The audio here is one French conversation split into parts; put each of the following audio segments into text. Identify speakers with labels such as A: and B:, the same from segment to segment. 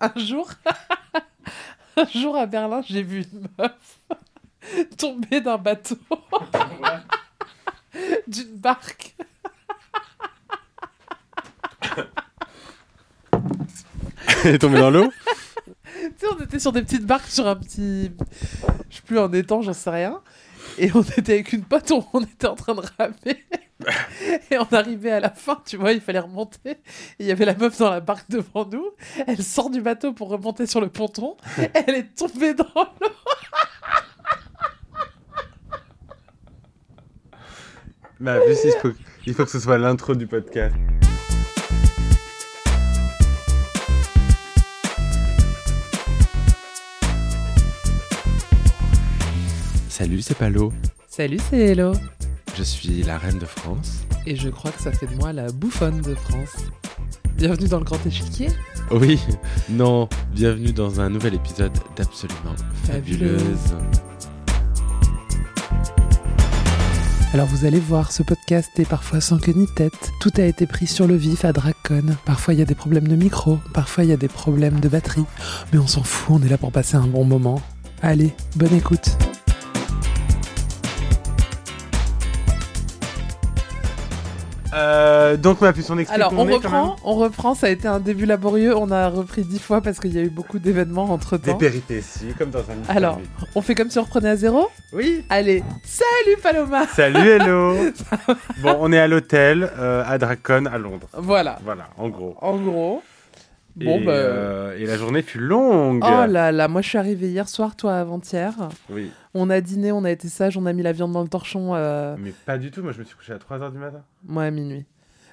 A: un jour, un jour à Berlin, j'ai vu une meuf tomber d'un bateau, d'une barque.
B: Elle est tombée dans l'eau
A: Tu sais, on était sur des petites barques, sur un petit. Je sais plus, un étang, j'en sais rien. Et on était avec une pote, on, on était en train de ramer. Et on arrivait à la fin, tu vois, il fallait remonter. Et Il y avait la meuf dans la barque devant nous. Elle sort du bateau pour remonter sur le ponton. Elle est tombée dans l'eau.
B: Bah, plus, il faut, il faut que ce soit l'intro du podcast. Salut, c'est Palo.
A: Salut, c'est Hello.
B: Je suis la reine de France.
A: Et je crois que ça fait de moi la bouffonne de France. Bienvenue dans le grand échiquier.
B: Oui, non, bienvenue dans un nouvel épisode d'Absolument
A: Fabuleuse.
B: Fabuleuse.
A: Alors vous allez voir, ce podcast est parfois sans queue ni tête. Tout a été pris sur le vif à Dracon. Parfois il y a des problèmes de micro, parfois il y a des problèmes de batterie. Mais on s'en fout, on est là pour passer un bon moment. Allez, bonne écoute.
B: Euh, donc, on appuie sur extrait
A: Alors on
B: tourné, quand
A: reprend, on reprend, ça a été un début laborieux, on a repris dix fois parce qu'il y a eu beaucoup d'événements entre
B: même. Des
A: temps.
B: péripéties, comme dans un
A: Alors. On fait comme si on reprenait à zéro
B: Oui.
A: Allez, salut Paloma
B: Salut, hello. bon, on est à l'hôtel euh, à Dracon à Londres.
A: Voilà,
B: Voilà, en gros.
A: en gros. Bon
B: et,
A: bah...
B: euh, et la journée fut longue.
A: Oh là là, moi je suis arrivée hier soir, toi avant-hier.
B: Oui,
A: On a dîné, on a été sage, on a mis la viande dans le torchon, euh,
B: mais pas du tout. Moi, je me suis couché à 3h du matin.
A: moi à minuit.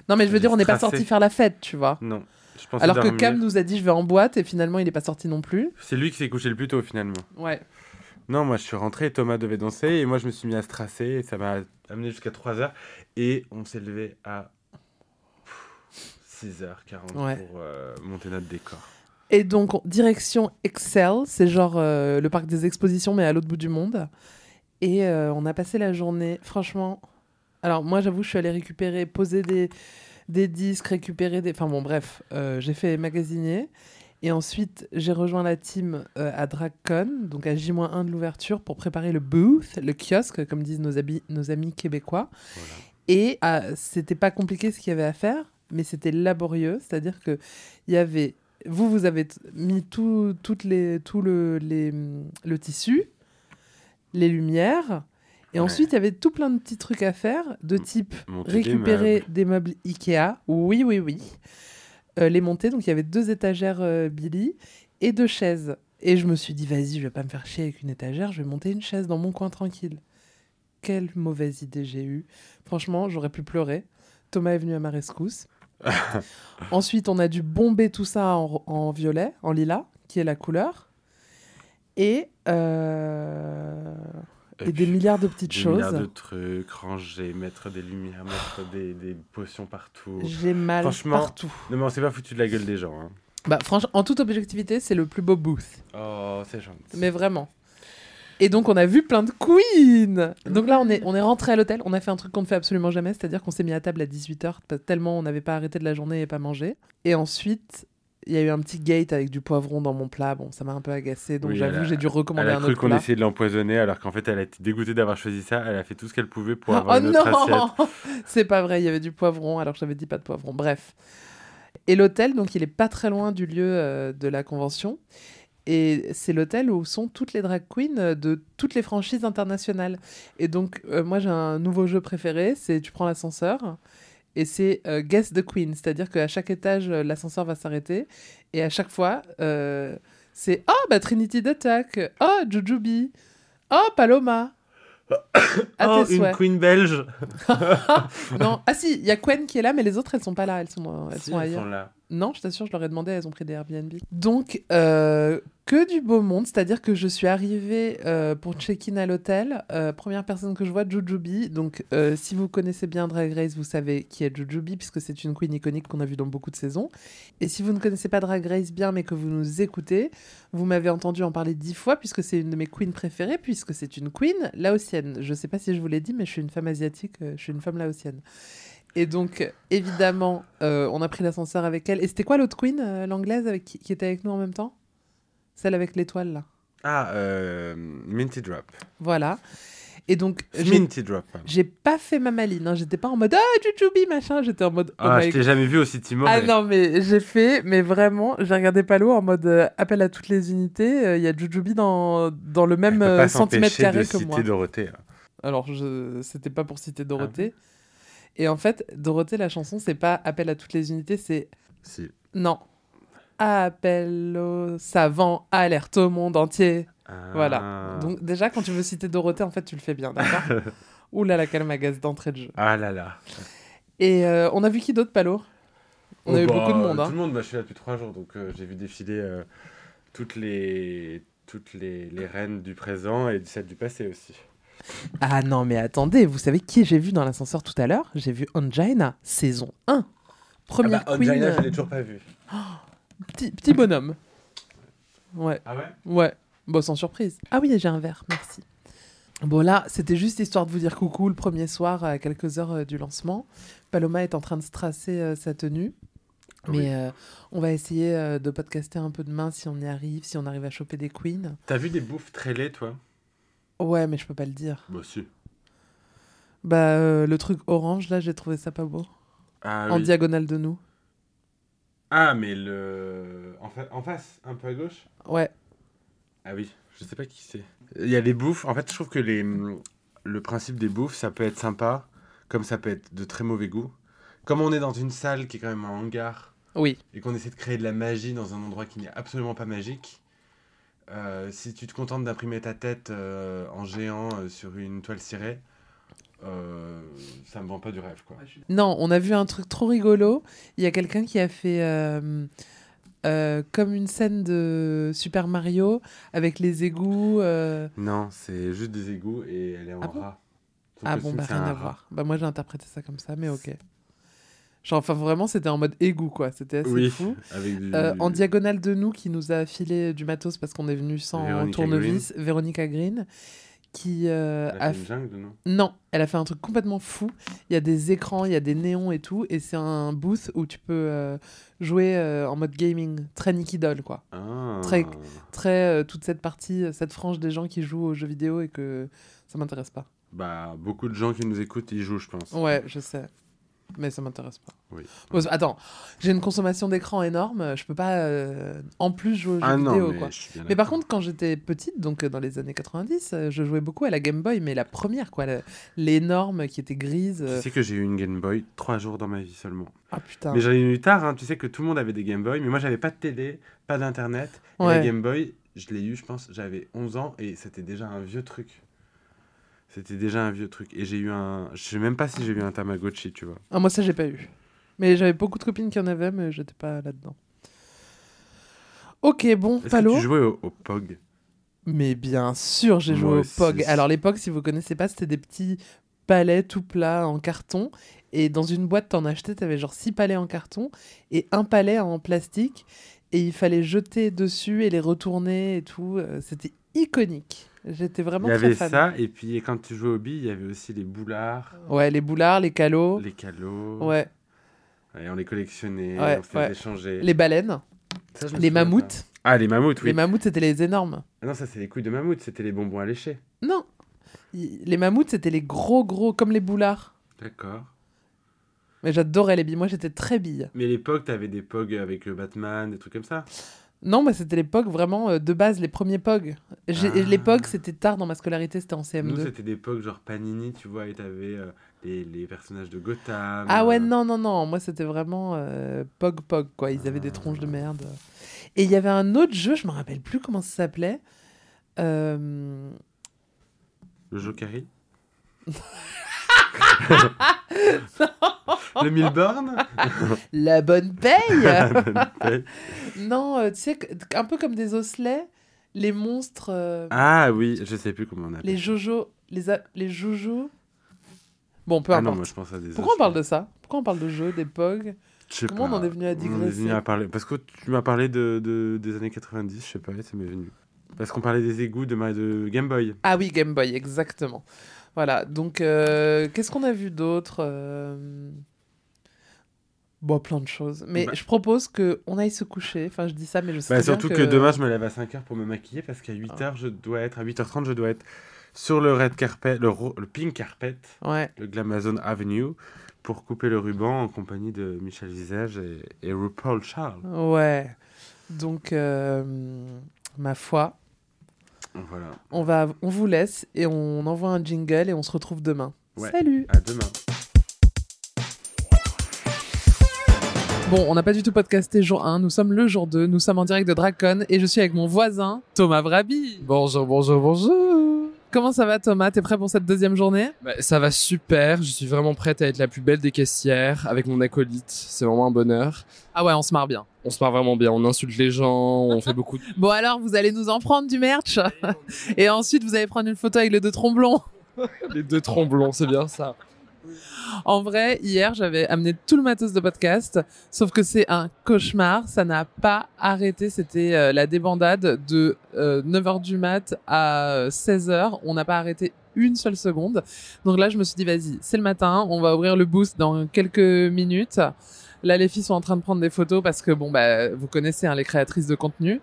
A: Non, mais je veux
B: J'ai
A: dire, on n'est pas
B: strassé.
A: sorti faire la fête, tu vois.
B: Non. Je pensais
A: Alors que
B: dormir.
A: Cam nous a dit je vais en boîte et finalement il n'est pas sorti non plus.
B: C'est lui qui s'est couché le plus tôt, finalement.
A: Ouais.
B: Non, moi, je suis rentré, Thomas devait danser, et moi, je me suis mis à strasser, et ça m'a amené jusqu'à 3h. Et on s'est levé à 6h40
A: Ouais.
B: pour euh, monter notre décor.
A: Et donc on- direction Excel, c'est genre euh, le parc des expositions mais à l'autre bout du monde. Et euh, on a passé la journée, franchement. Alors moi j'avoue je suis allée récupérer, poser des, des disques, récupérer des... Enfin bon bref, euh, j'ai fait magasinier. Et ensuite j'ai rejoint la team euh, à DragCon, donc à J-1 de l'ouverture, pour préparer le booth, le kiosque, comme disent nos, abi- nos amis québécois.
B: Voilà.
A: Et euh, c'était pas compliqué ce qu'il y avait à faire, mais c'était laborieux. C'est-à-dire que il y avait, vous, vous avez t- mis tout, toutes les, tout le, les, hum, le tissu, les lumières, et
B: Ouais. Mm.
A: ensuite il y avait tout plein de petits trucs à faire de type
B: Monter des
A: récupérer
B: meubles.
A: des meubles Ikea. Oui, oui, oui. Euh, les monter. Donc, il y avait deux étagères euh, Billy et deux chaises. Et je me suis dit, vas-y, je vais pas me faire chier avec une étagère, je vais monter une chaise dans mon coin tranquille. Quelle mauvaise idée j'ai eue. Franchement, j'aurais pu pleurer. Thomas est venu à ma rescousse. Ensuite, on a dû bomber tout ça en, en violet, en lilas, qui est la couleur. Et, euh, et,
B: Et
A: des milliards de petites
B: Des milliards
A: choses.
B: de trucs, ranger, mettre des lumières, mettre des, des potions partout.
A: J'ai mal
B: Franchement,
A: partout.
B: Non, mais on s'est pas foutu de la gueule des gens. hein.
A: Bah, franchement, en toute objectivité, c'est le plus beau booth.
B: Oh, c'est gentil.
A: Mais vraiment. Et donc, on a vu plein de queens. Donc là, on est, on est rentré à l'hôtel. On a fait un truc qu'on ne fait absolument jamais, c'est-à-dire qu'on s'est mis à table à 18h, tellement on n'avait pas arrêté de la journée et pas mangé. Et ensuite, il y a eu un petit gate avec du poivron dans mon plat. Bon, ça m'a un peu agacé, donc
B: Oui, elle
A: j'avoue,
B: a-
A: j'ai dû
B: Elle
A: recommander
B: a
A: un
B: cru
A: autre
B: qu'on
A: plat.
B: essayait de l'empoisonner, alors qu'en fait, elle a été dégoûtée d'avoir choisi ça. Elle a fait tout ce qu'elle pouvait pour avoir
A: Oh
B: une autre assiette.
A: non C'est pas vrai, il y avait du poivron, alors que j'avais dit pas de poivron. Bref. Et l'hôtel, donc il est pas très loin du lieu euh, de la convention. Et c'est l'hôtel où sont toutes les drag queens euh, de toutes les franchises internationales. Et donc, euh, moi, j'ai un nouveau jeu préféré c'est tu prends l'ascenseur. Et c'est euh, Guess the Queen, c'est-à-dire qu'à chaque étage, euh, l'ascenseur va s'arrêter. Et à chaque fois, euh, c'est Oh, bah Trinity d'Attack Oh, Jujubee Oh, Paloma À
B: Oh,
A: tes
B: une
A: souhaits.
B: queen belge
A: Non, ah si, il y a Quen qui est là, mais les autres, elles sont pas là, elles sont, euh, elles
B: Si,
A: sont ailleurs.
B: là.
A: Non, je t'assure, je leur ai demandé, elles ont pris des Airbnb. Donc, euh, que du beau monde, c'est-à-dire que je suis arrivée euh, pour check-in à l'hôtel. Euh, première personne que je vois, Jujubee. Donc, euh, si vous connaissez bien Drag Race, vous savez qui est Jujubee, puisque c'est une queen iconique qu'on a vue dans beaucoup de saisons. Et si vous ne connaissez pas Drag Race bien, mais que vous nous écoutez, vous m'avez entendu en parler dix fois, puisque c'est une de mes queens préférées, puisque c'est une queen laotienne. Je ne sais pas si je vous l'ai dit, mais je suis une femme asiatique, euh, je suis une femme laotienne. Et donc, évidemment, euh, on a pris l'ascenseur avec elle. Et c'était quoi l'autre queen, euh, l'anglaise, avec qui, qui était avec nous en même temps Celle avec l'étoile, là.
C: Ah, euh, Minty Drop.
A: Voilà. Et donc, j'ai- Oh
C: Minty Drop. pardon.
A: j'ai pas fait ma maline. hein. J'étais pas en mode Ah, Jujubi, machin. J'étais en mode Oh
C: Ah,
A: my
C: je t'ai jamais vu aussi timoré.
A: Ah non, mais j'ai fait, mais vraiment, j'ai regardé Palo en mode euh, appel à toutes les unités. Euh, Il y a Jujubi dans, dans le
C: Elle
A: même
C: peut
A: euh,
C: pas
A: centimètre
C: s'empêcher de
A: carré que
C: citer Ah
A: moi.
C: Dorothée. hein.
A: Alors, je... c'était pas pour citer Dorothée. Et en fait, Dorothée, la chanson, c'est pas appel à toutes les unités, c'est
C: Si.
A: non. Appel aux savants, alerte au monde entier. Voilà.
C: Ah.
A: Donc, déjà, quand tu veux citer Dorothée, en fait, tu le fais bien, d'accord Ouh là là, quelle magasse d'entrée de jeu.
C: Ah là là.
A: Et euh, on a vu qui d'autre, Palo On a
C: Oh
A: eu
C: bah,
A: beaucoup de monde.
C: Tout
A: Hein.
C: le monde, bah, je suis là depuis trois jours, donc euh, j'ai vu défiler euh, toutes, les, toutes les, les reines du présent et celles du passé aussi.
A: Ah non, mais attendez, vous savez qui j'ai vu dans l'ascenseur tout à l'heure J'ai vu Angina, saison 1. Première
C: ah bah,
A: queen,
C: Angina,
A: euh,
C: je l'ai toujours pas vue.
A: petit, petit bonhomme. Ouais,
C: Ah ouais
A: ouais. Bon, sans surprise. Ah oui, j'ai un verre, merci. Bon, là, c'était juste histoire de vous dire coucou le premier soir à quelques heures euh, du lancement. Paloma est en train de se tracer euh, sa tenue. Mais
C: Oui.
A: euh, on va essayer euh, de podcaster un peu demain si on y arrive, si on arrive à choper des queens.
C: T'as vu des bouffes très laides, toi
A: Ouais, mais je peux pas le dire.
C: Bah si.
A: Bah, euh, le truc orange, là, j'ai trouvé ça pas beau.
C: Ah,
A: en
C: oui.
A: diagonale de nous.
C: ah mais le... En, fa- en face, un peu à gauche
A: Ouais.
C: Ah oui, je sais pas qui c'est. Il y a les bouffes, en fait je trouve que les... le principe des bouffes, ça peut être sympa, comme ça peut être de très mauvais goût. Comme on est dans une salle qui est quand même un hangar,
A: Oui.
C: et qu'on essaie de créer de la magie dans un endroit qui n'est absolument pas magique, euh, si tu te contentes d'imprimer ta tête euh, en géant euh, sur une toile cirée, euh, ça me vend pas du rêve quoi.
A: Non, on a vu un truc trop rigolo. Il y a quelqu'un qui a fait euh, euh, comme une scène de Super Mario avec les égouts. euh,
C: Non, c'est juste des égouts et elle est en
A: Ah bon
C: rat. Son
A: Ah bon,
C: costume,
A: bah
C: c'est un
A: rien à
C: rat.
A: voir. Bah moi j'ai interprété ça comme ça, mais ok. Genre, enfin vraiment, c'était en mode égout quoi. C'était assez
C: Oui,
A: fou.
C: avec du-
A: Euh, en diagonale de nous, qui nous a filé du matos parce qu'on est venu sans
C: Veronica
A: tournevis, Véronica Green, qui euh,
C: Elle a
A: a
C: fait une jungle, non
A: Non, elle a fait un truc complètement fou. Il y a des écrans, il y a des néons et tout, et c'est un booth où tu peux euh, jouer euh, en mode gaming, très Nicky Doll, quoi.
C: Ah.
A: Très- Très euh, toute cette partie, euh, cette frange des gens qui jouent aux jeux vidéo et que ça m'intéresse pas.
C: Bah, beaucoup de gens qui nous écoutent y jouent, je pense.
A: Ouais, je sais, mais ça m'intéresse pas.
C: Oui.
A: Bon, c'est- Attends, j'ai une consommation d'écran énorme, je peux pas euh, en plus jouer aux jeux
C: Ah non,
A: vidéo,
C: mais
A: quoi.
C: je suis bien
A: Mais par
C: d'accord.
A: contre, quand j'étais petite, donc euh, dans les années 90, euh, je jouais beaucoup à la Game Boy, mais la première, quoi, le- l'énorme qui était grise. euh,
C: Tu sais que j'ai eu une Game Boy trois jours dans ma vie seulement.
A: Ah putain.
C: Mais j'en ai eu tard, hein. tu sais que tout le monde avait des Game Boy, mais moi j'avais pas de télé, pas d'internet. Et
A: Ouais.
C: la Game Boy, je l'ai eu, je pense, j'avais 11 ans et c'était déjà un vieux truc. C'était déjà un vieux truc. Et j'ai eu un. Je sais même pas si j'ai eu un Tamagotchi, tu vois.
A: Ah, moi, ça, j'ai pas eu. Mais j'avais beaucoup de copines qui en avaient, mais j'étais pas là-dedans. Ok, bon,
C: Est-ce que
A: Palo.
C: tu jouais au, au POG
A: Mais bien sûr, j'ai joué
C: Moi
A: au POG.
C: aussi.
A: Alors, les POG, si vous connaissez pas, c'était des petits palais tout plats en carton. Et dans une boîte, t'en achetais, t'avais genre six palais en carton et un palais en plastique. Et il fallait jeter dessus et les retourner et tout. Euh, C'était iconique. J'étais
C: Il
A: vraiment
C: y avait
A: Ah très fan.
C: ça, et puis quand tu jouais au billes, il y avait aussi les boulards,
A: Ouais, les boulards, les calots.
C: les calots.
A: Oh. Ouais,
C: Et on les collectionnait,
A: Ouais,
C: on se les
A: ouais.
C: échangeait.
A: les baleines,
C: Ça, je me
A: les
C: souviens
A: mammouths.
C: pas. Ah, les mammouths, oui.
A: Les mammouths, c'était les énormes.
C: Ah non, ça c'est les couilles de mammouth, c'était les bonbons à lécher.
A: Non. Y- Les mammouths, c'était les gros, gros, comme les boulards.
C: D'accord.
A: Mais j'adorais les billes. Moi, j'étais très bille.
C: Mais à l'époque, t'avais des POG avec le Batman, des trucs comme ça.
A: Non, mais c'était l'époque vraiment euh, de base, les premiers POG. J'ai-
C: Ah.
A: Les POG, c'était tard dans ma scolarité, c'était en
C: Nous,
A: CM2.
C: c'était des POG genre Panini, tu vois, et t'avais euh, les, les personnages de Gotham.
A: Ah ouais,
C: euh,
A: non, non, non. Moi, c'était vraiment euh, POG, POG, quoi. Ils avaient des
C: Ah.
A: tronches de merde. Et il y avait un autre jeu, je me rappelle plus comment ça s'appelait. Euh,
C: Le Jokari. le Milborn
A: La bonne paye
C: Ouais.
A: Non, euh, tu sais, que- un peu comme des osselets, les monstres... euh,
C: Ah oui, je sais plus comment on appelle.
A: Les Jojo, les, a- les Jojo. Bon, peu
C: Ah
A: importe.
C: non, moi je pense à des.
A: Pourquoi on parle de ça Pourquoi on parle de jeux, des POG comment on en est venu à
C: On est
A: digresser
C: venu à parler. Parce que tu m'as parlé de, de- des années 90, je sais pas, ça m'est venu. Parce qu'on parlait des égouts de, ma- de Game Boy.
A: Ah oui, Game Boy, exactement. Voilà, donc euh, qu'est-ce qu'on a vu d'autre Euh, Bon, plein de choses. Mais
C: Bah.
A: je propose qu'on aille se coucher. Enfin, je dis ça, mais je sais
C: Bah,
A: très bien
C: surtout que... demain, je me lève à 5h pour me maquiller parce qu'à 8h, je dois être, à 8h30, je dois être sur le red carpet, le, ro- le pink carpet,
A: Ouais,
C: le Glamazon Avenue, pour couper le ruban en compagnie de Michel Visage et, et RuPaul Charles.
A: ouais. Donc, euh, ma foi,
C: Voilà,
A: on, va, on vous laisse et on envoie un jingle et on se retrouve demain.
C: Ouais.
A: Salut
C: à demain.
A: Bon, on n'a pas du tout podcasté jour 1, nous sommes le jour 2, nous sommes en direct de Dracon et je suis avec mon voisin, Thomas Vrabi.
D: Bonjour, bonjour, bonjour.
A: Comment ça va Thomas T'es prêt pour cette deuxième journée
D: Bah, ça va super, je suis vraiment prête à être la plus belle des caissières avec mon acolyte, c'est vraiment un bonheur.
A: Ah ouais, on se marre bien.
D: On se marre vraiment bien, on insulte les gens, on fait beaucoup de...
A: Bon alors, vous allez nous en prendre du merch et ensuite vous allez prendre une photo avec les deux tromblons.
D: Les deux tromblons, c'est bien ça.
A: En vrai, hier, j'avais amené tout le matos de podcast, sauf que c'est un cauchemar, ça n'a pas arrêté, c'était euh, la débandade de 9h du mat à 16h, on n'a pas arrêté une seule seconde. Donc là, je me suis dit, vas-y, c'est le matin, on va ouvrir le boost dans quelques minutes. Là, les filles sont en train de prendre des photos parce que, bon, bah, vous connaissez hein, les créatrices de contenu.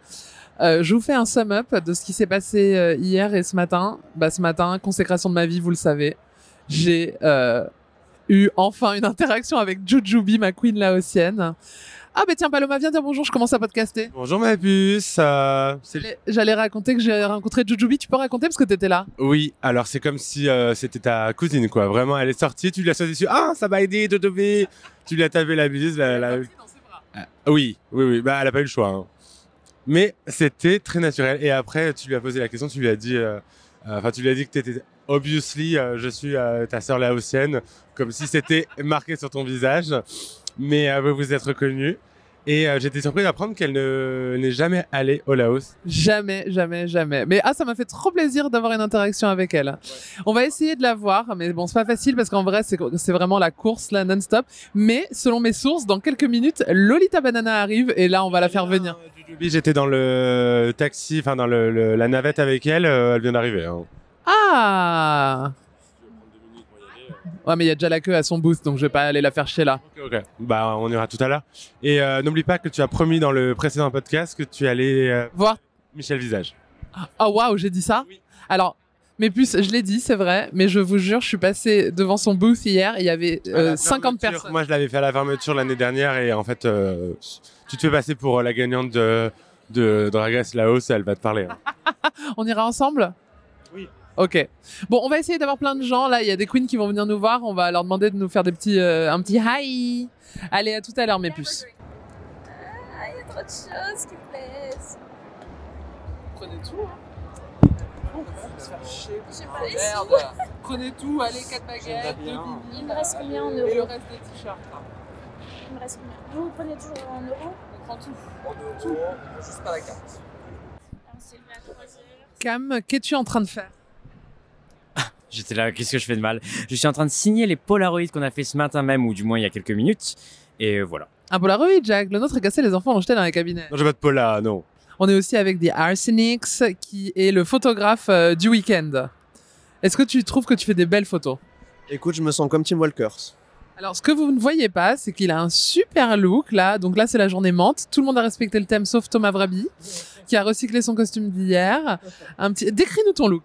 A: Euh, je vous fais un sum-up de ce qui s'est passé euh, hier et ce matin. Bah, ce matin, consécration de ma vie, vous le savez. J'ai euh, eu enfin une interaction avec Jujubi, ma queen laotienne. Ah bah tiens, Paloma, viens dire bonjour, je commence à podcaster.
B: Bonjour ma puce. euh, c'est-
A: J'allais- J'allais raconter que j'ai rencontré Jujubi, tu peux raconter parce que t'étais là.
B: Oui, alors c'est comme si euh, c'était ta cousine quoi. Vraiment, elle est sortie, tu lui as sauté dessus. Ah, ça m'a aidé, Dodo B. Tu lui as tapé la bise. la- la- Oui, oui, oui. Bah, elle a pas eu le choix. hein. Mais c'était très naturel. Et après, tu lui as posé la question, tu lui as dit. euh, euh, Enfin, tu lui as dit que t'étais. Obviously, euh, je suis euh, ta sœur laotienne, comme si c'était marqué sur ton visage. Mais euh, vous vous êtes reconnus. Et euh, j'étais surpris d'apprendre qu'elle ne n'est jamais allée au Laos.
A: Jamais, jamais, jamais. Mais ah, ça m'a fait trop plaisir d'avoir une interaction avec elle. On va essayer de la voir, mais bon, c'est pas facile parce qu'en vrai, c'est c'est vraiment la course, là, non-stop. Mais selon mes sources, dans quelques minutes, Lolita Banana arrive et là, on va la faire venir.
B: Oui, j'étais dans le taxi, enfin dans le, le- la navette avec elle, euh, elle vient d'arriver. hein.
A: Ah Ouais, mais il y a déjà la queue à son booth, donc je vais pas aller la faire chier là.
B: Ok, ok. Bah, on ira tout à l'heure. Et euh, n'oublie pas que tu as promis dans le précédent podcast que tu allais euh,
A: Voir
B: Michel Visage.
A: Oh waouh, j'ai dit ça Alors, mes puces, je l'ai dit, c'est vrai, mais je vous jure, je suis passé devant son booth hier et il y avait
B: À
A: euh,
B: la
A: 50
B: fermeture.
A: personnes.
B: Moi, je l'avais fait à la fermeture l'année dernière et en fait, euh, tu te fais passer pour euh, la gagnante de, de Dragas Laos, elle va te parler. hein.
A: On ira ensemble
B: Oui.
A: Ok. Bon, on va essayer d'avoir plein de gens. Là, il y a des queens qui vont venir nous voir. On va leur demander de nous faire des petits, euh, un petit hi. Allez, à tout à l'heure, mes puces.
E: Ah, il y a trop de choses qui me plaisent.
A: Prenez tout. hein.
E: J'ai pas les
A: Prenez tout, allez, 4 baguettes, 2
E: Il me reste combien en euros
A: reste des t-shirts.
E: Il me reste combien Vous, vous prenez toujours en euros
A: On prend tout.
E: Ah, On s'est levé à 3 heures.
A: Cam, qu'es-tu en train de faire
F: J'étais là, qu'est-ce que je fais de mal Je suis en train de signer les Polaroids qu'on a fait ce matin même, ou du moins il y a quelques minutes. Et euh, voilà.
A: Un Polaroid, Jack. Le nôtre est cassé, les enfants l'ont jeté dans les cabinets.
B: Non, je vais pas de Paula, non.
A: On est aussi avec The Arsenics, qui est le photographe euh, du week-end. Est-ce que tu trouves que tu fais des belles photos
G: Écoute, je me sens comme Tim Walkers.
A: Alors, ce que vous ne voyez pas, c'est qu'il a un super look, là. Donc là, c'est la journée menthe. Tout le monde a respecté le thème, sauf Thomas Vrabi, qui a recyclé son costume d'hier. Un petit... Décris-nous ton look.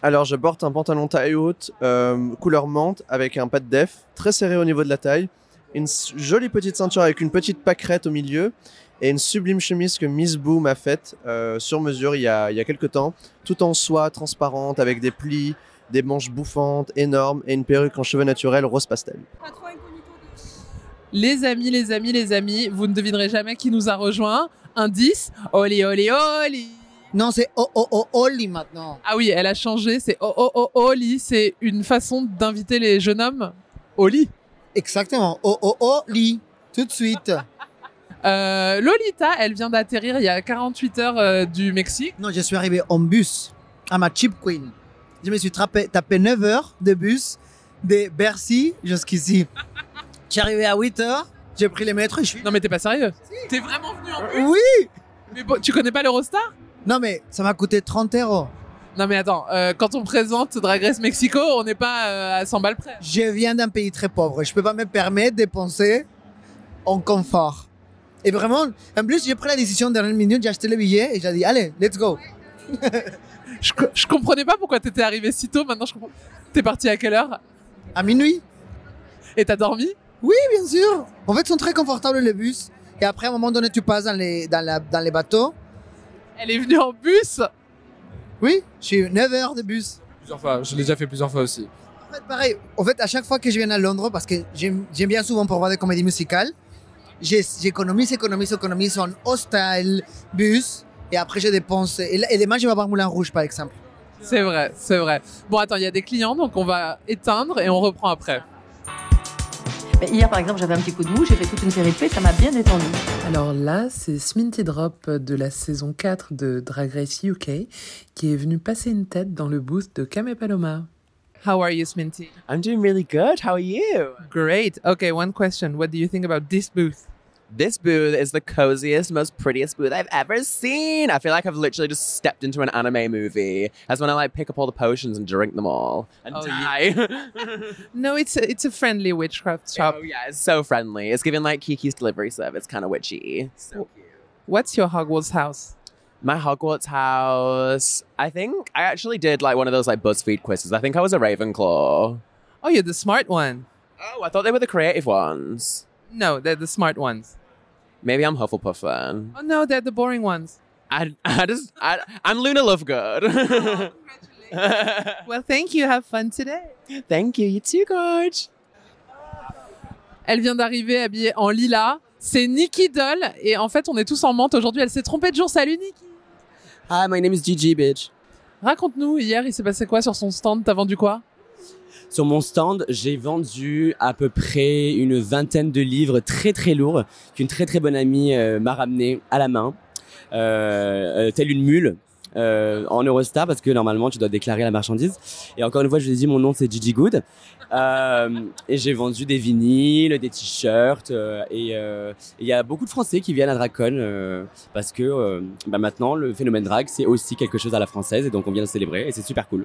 G: Alors, je porte un pantalon taille haute, euh, couleur menthe, avec un pas de def, très serré au niveau de la taille, une s- jolie petite ceinture avec une petite pâquerette au milieu, et une sublime chemise que Miss Boo m'a faite euh, sur mesure il y, a, il y a quelques temps, tout en soie transparente, avec des plis, des manches bouffantes, énormes, et une perruque en cheveux naturels rose pastel.
E: Pas trop incognito
A: Les amis, les amis, les amis, vous ne devinerez jamais qui nous a rejoint. Indice, Oli, Oli, Oli
H: Non, c'est oh oh oh Oli maintenant.
A: Ah oui, elle a changé, c'est Oh Oh Oh Oli, c'est une façon d'inviter les jeunes hommes au lit.
H: Exactement. Oh oh Oli. Tout de suite.
A: Euh, Lolita, elle vient d'atterrir il y a 48 heures euh, du Mexique.
H: Non, je suis arrivé en bus à ma Chip Queen. Je me suis tapé, tapé 9 heures de bus de Bercy jusqu'ici. J'ai arrivé à 8 heures. J'ai pris les mètres et je suis.
A: Non mais t'es pas sérieux T'es vraiment venu en bus
H: Oui
A: Mais bon, tu connais pas l'Eurostar
H: Non, mais ça m'a coûté 30 euros.
A: Non mais attends, euh, quand on présente Drag Race Mexico, on n'est pas euh, à 100 balles près.
H: Je viens d'un pays très pauvre. Je peux pas me permettre de dépenser en confort. Et vraiment, en plus, j'ai pris la décision de dernière minute, j'ai acheté le billet et j'ai dit, allez, let's go.
A: je, co- je comprenais pas pourquoi t'étais arrivé si tôt. Maintenant, je comprends. T'es parti à quelle heure
H: À minuit.
A: Et t'as dormi
H: Oui, bien sûr. En fait, ils sont très confortables, les bus. Et après, à un moment donné, tu passes dans les, dans la- dans les bateaux.
A: Elle est venue en bus
H: Oui, j'ai eu 9 heures de bus.
I: Plusieurs fois, je l'ai déjà fait plusieurs fois aussi.
H: En fait, pareil, en fait, à chaque fois que je viens à Londres, parce que j'aime j'aime bien souvent pour voir des comédies musicales, j'ai- j'économise, économise, économise en hostel, bus, et après je dépense. Et, là- et demain, je vais voir Moulin Rouge, par exemple.
A: C'est vrai, c'est vrai. Bon, attends, il y a des clients, donc on va éteindre et on reprend après.
J: Mais hier, par exemple, j'avais un petit coup de mou, j'ai fait toute une péripée, ça m'a bien détendu.
A: Alors là, c'est Sminty Drop de la saison 4 de Drag Race UK qui est venu passer une tête dans le booth de Kame Paloma. How are you, Sminty?
E: I'm doing really good. How are you?
A: Great. Okay, one question. What do you think about this booth?
E: This booth is the coziest, most prettiest booth I've ever seen. I feel like I've literally just stepped into an anime movie. That's when I like pick up all the potions and drink them all and
A: Oh,
E: die.
A: No, it's a, it's a friendly witchcraft shop.
E: oh yeah, it's so friendly. It's giving like Kiki's delivery service, kind of witchy. So cute.
A: What's your Hogwarts house?
E: My Hogwarts house. I think I actually did like one of those like BuzzFeed quizzes. I think I was a Ravenclaw.
A: Oh, you're the smart one.
E: Oh, I thought they were the creative ones.
A: No, they're the smart ones.
E: Maybe I'm Hufflepuff then.
A: Oh no, they're the boring ones.
E: I, I just I, I'm Luna Lovegood.
A: Well, thank you. Have fun today.
E: Thank you. You too, Gorge.
A: Elle vient d'arriver habillée en lilas. C'est Nikki Doll et en fait, on est tous en menthe aujourd'hui. Elle s'est trompée de jour. Salut Nikki.
F: Hi, my name is Gigi, bitch.
A: Raconte-nous hier, il s'est passé quoi sur son stand T'as vendu quoi
F: Sur mon stand, j'ai vendu à peu près une vingtaine de livres très très lourds qu'une très très bonne amie euh, m'a ramené à la main, euh, euh, telle une mule. euh, en Eurostar parce que normalement tu dois déclarer la marchandise et encore une fois je vous ai dit mon nom c'est Gigi Good Euh, et j'ai vendu des vinyles des t-shirts euh, et euh, et il y a beaucoup de français qui viennent à Dracon euh, parce que euh, bah, maintenant le phénomène drag c'est aussi quelque chose à la française et donc on vient le célébrer et c'est super cool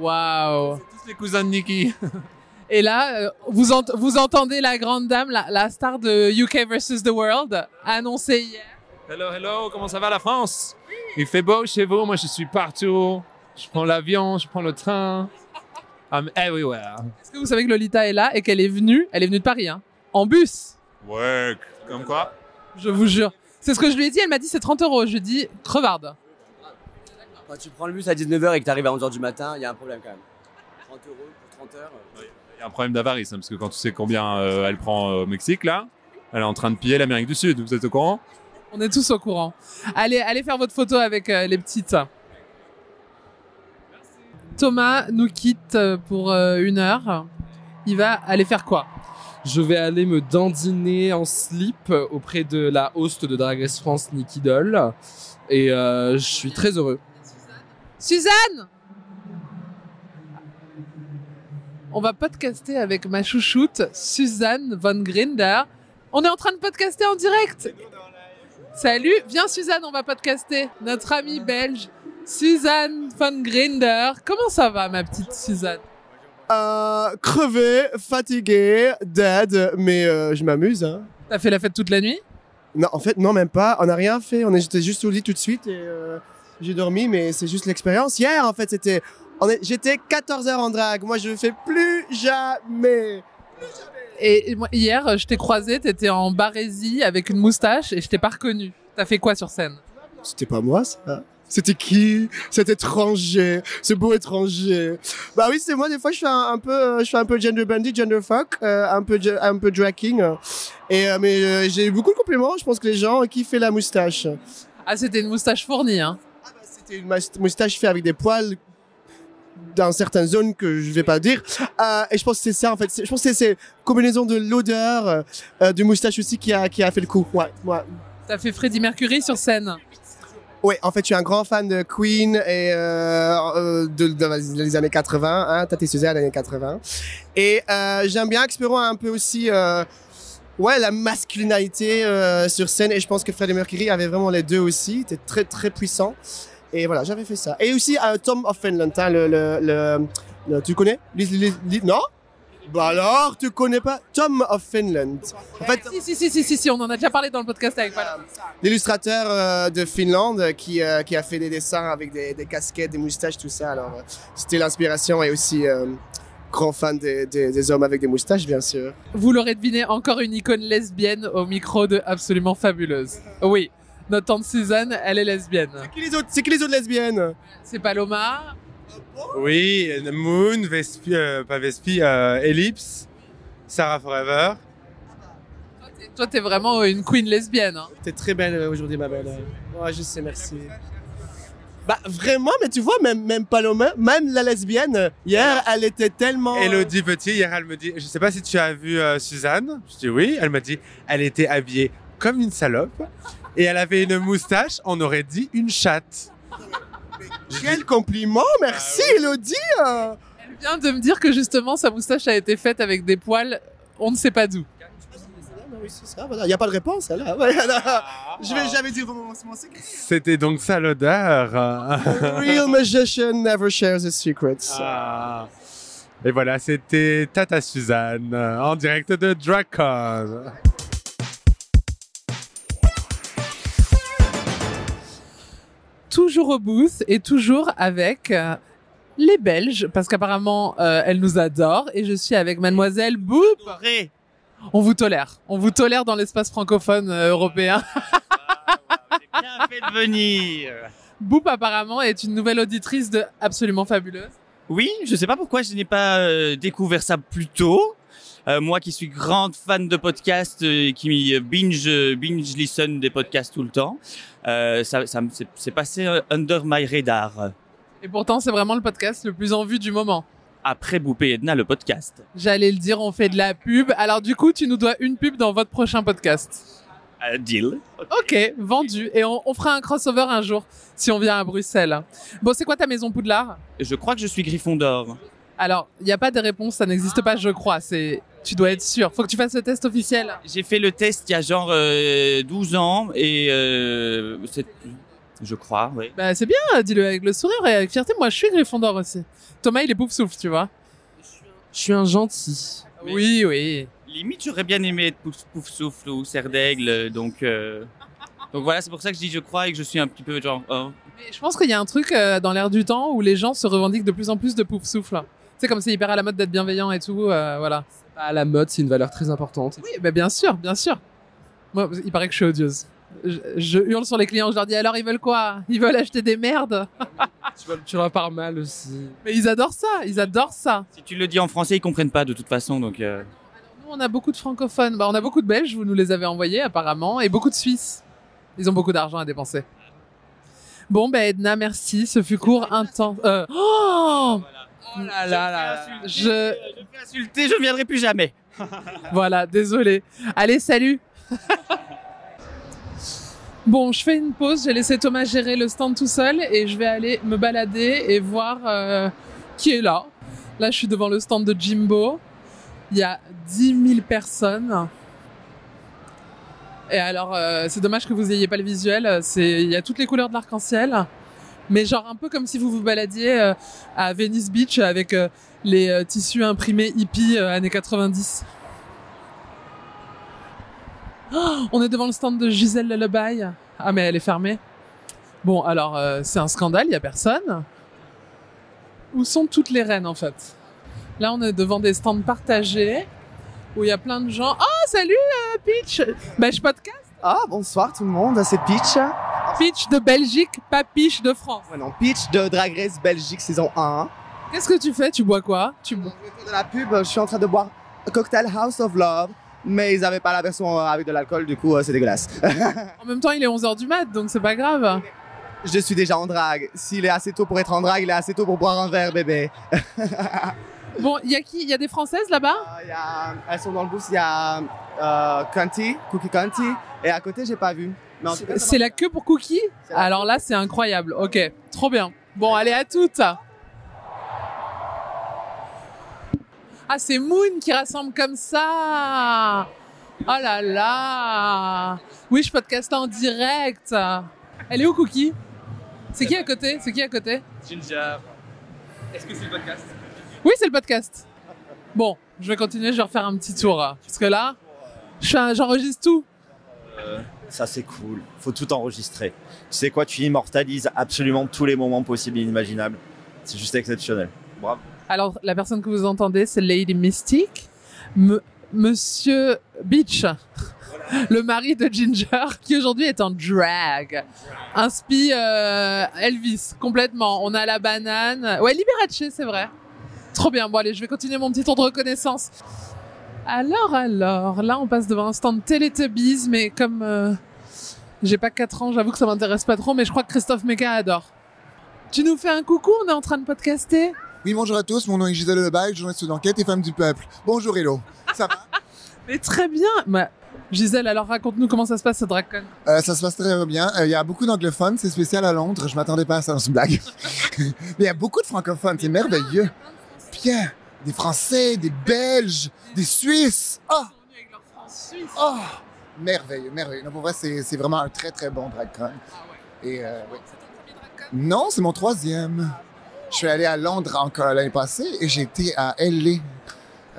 A: Waouh Tous les cousins de Nikki. Et là, euh, vous, ent- vous entendez la grande dame, la, la star de UK versus the World, annoncer hier.
K: Hello, hello, comment ça va la France Il fait beau chez vous, moi je suis partout. Je prends l'avion, je prends le train. Ah, eh I'm everywhere.
A: Est-ce que vous savez que Lolita est là et qu'elle est venue Elle est venue de Paris, hein, en bus.
K: Ouais, comme quoi
A: Je vous jure. C'est ce que je lui ai dit. Elle m'a dit c'est 30 euros. Je lui ai dit crevarde.
F: Quand tu prends le bus à 19h et que tu arrives à 11h du matin, il y a un problème quand même. 30 euros pour 30 heures.
K: Il y a un problème d'avarice, hein, parce que quand tu sais combien euh, elle prend euh, au Mexique, là, elle est en train de piller l'Amérique du Sud, vous êtes au courant
A: On est tous au courant. Allez, allez faire votre photo avec euh, les petites. Thomas nous quitte euh, pour euh, une heure. Il va aller faire quoi
I: Je vais aller me dandiner en slip auprès de la host de Drag Race France, Nikki Doll. Et euh, je suis très heureux.
A: Suzanne On va podcaster avec ma chouchoute, Suzanne von Grinder. On est en train de podcaster en direct Salut, viens Suzanne, on va podcaster. Notre amie belge, Suzanne von Grinder. Comment ça va, ma petite Suzanne
D: Euh, crevé, fatigué, dead, mais euh, je m'amuse. Hein.
A: T'as fait la fête toute la nuit
D: Non, en fait, non, même pas. On n'a rien fait. On était juste au lit tout de suite et euh, j'ai dormi, mais c'est juste l'expérience. Hier, en fait, c'était. on est- J'étais 14 heures en drague. Moi, je fais plus jamais.
A: Et moi, hier, je t'ai croisée, t'étais en barésie avec une moustache et je t'ai pas reconnue. T'as fait quoi sur scène
D: C'était pas moi, ça. C'était qui Cet étranger, ce beau étranger. Bah oui, c'est moi. Des fois, je suis un, un peu, euh, je suis un peu gender bandit, gender fuck, euh, un peu, ge- un peu drag king. euh. Et euh, mais euh, j'ai eu beaucoup de compliments. Je pense que les gens kiffaient la moustache.
A: Ah, c'était une moustache fournie, hein
D: C'était une mas- moustache faite avec des poils dans certaines zones que je vais pas dire. Euh, et je pense que c'est ça en fait. C'est- Je pense que c'est c'est combinaison de l'odeur euh, euh, du moustache aussi qui a, qui a fait le coup. Ouais, ouais.
A: T'as fait Freddie Mercury sur scène
D: Ouais, en fait, je suis un grand fan de Queen et euh, euh, de, de- des années 80, hein, Tati Suzanne, années 80. Et euh, j'aime bien explorer un peu aussi euh, ouais, la masculinité euh, sur scène. Et je pense que Freddie Mercury avait vraiment les deux aussi. Il était très, très puissant. Et voilà, j'avais fait ça. Et aussi euh, Tom of Finland, hein, le, le, le- le- Tu connais Liz- Liz- Liz- Non Bah alors, tu connais pas Tom of Finland. En fait,
A: si, si, si, si, si, si, on en a déjà parlé dans le podcast avec Paul.
D: l'illustrateur euh, de Finlande euh, qui, euh, qui a fait des dessins avec des, des casquettes, des moustaches, tout ça. Alors, euh, c'était l'inspiration et aussi euh, grand fan des- des- des hommes avec des moustaches, bien sûr.
A: Vous l'aurez deviné, encore une icône lesbienne au micro de Absolument Fabuleuse. Oui, notre tante Suzanne, elle est lesbienne.
D: C'est qui les autres lesbiennes
A: C'est Paloma.
C: Oui, Moon, Vespi, euh, pas Vespi, euh, Ellipse, Sarah Forever.
A: Toi, t'es vraiment une queen lesbienne. Hein.
D: T'es très belle euh, aujourd'hui, ma belle. Ouais, je sais, merci. Bah vraiment, mais tu vois, même, même Paloma, même la lesbienne, euh, hier, elle était tellement...
C: Ah.
D: euh,
C: Elodie Petit, hier, elle me dit, je sais pas si tu as vu euh, Suzanne. Je dis oui. Elle m'a dit, elle était habillée comme une salope et elle avait une moustache, on aurait dit une chatte. Ah
D: Quel compliment, merci Elodie euh.
A: Elle vient de me dire que justement, sa moustache a été faite avec des poils, on ne sait pas d'où.
D: Il n'y a pas de réponse, là. Je vais jamais dire mon, mon secret.
C: C'était donc ça l'odeur.
D: Real magician never shares his secrets.
C: Ah. Et voilà, c'était Tata Suzanne euh, en direct de Dracon.
A: toujours au booth et toujours avec euh, les Belges, parce qu'apparemment, euh, elles nous adorent. Et je suis avec Mademoiselle Boop. On vous tolère. On vous tolère dans l'espace francophone euh, européen.
L: Bien fait de venir.
A: Boop, apparemment, est une nouvelle auditrice de Absolument Fabuleuse.
L: Oui, je sais pas pourquoi je n'ai pas euh, découvert ça plus tôt. Euh, moi qui suis grande fan de podcasts, euh, qui euh, binge, euh, binge listen des podcasts tout le temps, euh, ça, ça me- c'est c'est passé euh, under my radar.
A: Et pourtant, c'est vraiment le podcast le plus en vue du moment.
L: Après Boupé et Edna, le podcast.
A: J'allais le dire, on fait de la pub. Alors du coup, tu nous dois une pub dans votre prochain podcast.
L: Euh, deal.
A: Ok, vendu. Et on, on fera un crossover un jour, si on vient à Bruxelles. Bon, c'est quoi ta maison Poudlard
L: Je crois que je suis Griffon d'or.
A: Alors, il n'y a pas de réponse, ça n'existe pas, je crois. C'est, tu dois être sûr. Faut que tu fasses le test officiel.
L: J'ai fait le test il y a genre euh, 12 ans et euh, c'est- je crois, oui.
A: Bah, c'est bien, dis-le avec le sourire et avec fierté. Moi, je suis Gryffondor aussi. Thomas, il est pouf souffle, tu vois. Je suis un gentil. Oui, oui.
L: Limite, j'aurais bien aimé être Pouf, Pouf Souffle ou Serre d'Aigle, donc, euh, donc voilà, c'est pour ça que je dis je crois et que je suis un petit peu genre. oh.
A: Je pense qu'il y a un truc euh, dans l'air du temps où les gens se revendiquent de plus en plus de pouf souffle. C'est comme c'est hyper à la mode d'être bienveillant et tout, euh, voilà.
I: À la mode, c'est une valeur très importante.
A: Oui, bah bien sûr, bien sûr. Moi, il paraît que je suis odieuse. Je, je hurle sur les clients, je leur dis alors ils veulent quoi Ils veulent acheter des merdes.
I: Tu, vois- tu leur parles mal aussi.
A: Mais ils adorent ça, ils adorent ça.
L: Si tu le dis en français, ils comprennent pas de toute façon, donc. euh,
A: Nous, on a beaucoup de francophones. Bah, on a beaucoup de Belges, vous nous les avez envoyés apparemment, et beaucoup de Suisses. Ils ont beaucoup d'argent à dépenser. Bon, bah Edna, merci. Ce fut court, intense. Euh, Oh
L: Oh là là là là.
A: Je.
L: Je vais insulter, je ne viendrai plus jamais.
A: Voilà, désolé. Allez, salut. bon, je fais une pause. J'ai laissé Thomas gérer le stand tout seul et je vais aller me balader et voir euh, qui est là. Là, je suis devant le stand de Jimbo. Il y a 10 000 personnes. Et alors, euh, c'est dommage que vous n'ayez pas le visuel. euh, C'est- Il y a toutes les couleurs de l'arc-en-ciel. Mais genre un peu comme si vous vous baladiez euh, à Venice Beach avec euh, les euh, tissus imprimés hippies euh, années 90. Oh, on est devant le stand de Gisèle Lullaby. Ah mais elle est fermée. Bon alors euh, c'est un scandale, il y a personne. Où sont toutes les reines en fait Là on est devant des stands partagés où il y a plein de gens. Oh salut euh, Peach, ben je podcast.
M: Ah bonsoir tout le monde, c'est Peach.
A: Peach de Belgique, pas Peach de France.
M: Ouais non, Peach de Drag Race Belgique saison 1.
A: Qu'est-ce que tu fais Tu bois quoi Tu bois
M: de la pub, je suis en train de boire Cocktail House of Love, mais ils n'avaient pas la version euh, avec de l'alcool, du coup euh, c'est dégueulasse.
A: En même temps il est 11h du mat donc c'est pas grave.
M: je suis déjà en drague. S'il est assez tôt pour être en drague, il est assez tôt pour boire un verre, bébé.
A: Bon, il y a qui Il y a des Françaises là-bas
M: Il y a- elles sont dans le bus, il y a euh, Conti, Cookie Conti, et à côté j'ai pas vu. Mais en tout cas, ça
A: C'est la queue pour Cookie Alors là, c'est incroyable. Ok, trop bien. Bon, allez, à toutes Ah, c'est Moon qui rassemble comme ça Oh là là Oui, je podcaste en direct Elle est où, Cookie C'est qui à côté C'est qui à côté
K: Ginger. Est-ce que c'est le podcast
A: Oui, c'est le podcast Bon, je vais continuer, je vais refaire un petit tour. hein, Parce que là, je fais un- j'enregistre tout.
N: Euh, ça c'est cool. Faut tout enregistrer. Tu sais quoi, tu immortalises absolument tous les moments possibles et inimaginables. C'est juste exceptionnel. Bravo.
A: Alors, la personne que vous entendez, c'est Lady Mystique, Me- Monsieur Beach, le mari de Ginger, qui aujourd'hui est en drag. Inspi euh, Elvis, complètement. On a la banane. Ouais, Liberace, c'est vrai. Trop bien. Bon, allez, je vais continuer mon petit tour de reconnaissance. Alors, alors, là, on passe devant un stand Teletubbies, mais comme euh, j'ai pas 4 ans, j'avoue que ça m'intéresse pas trop, mais je crois que Christophe Meka adore. Tu nous fais un coucou, on est en train de podcaster
O: Oui, bonjour à tous, mon nom est Gisèle Lebaille, journaliste d'enquête et femme du peuple. Bonjour Hello, ça va
A: Mais très bien Ma- Gisèle, alors raconte-nous comment ça se passe ce DragCon.
O: Euh, Ça se passe très bien, Euh, il y a beaucoup d'anglophones, c'est spécial à Londres, je m'attendais pas à ça, c'est une blague. Mais il y a beaucoup de francophones, c'est merveilleux. Bien, des Français, des Belges, des Suisses. Ah Oh Merveilleux, merveilleux. Non, pour vrai, c'est c'est vraiment un très très bon DragCon. Et, euh, ouais. Non, c'est mon troisième. Je suis allé à Londres encore l'année passée et j'étais à LA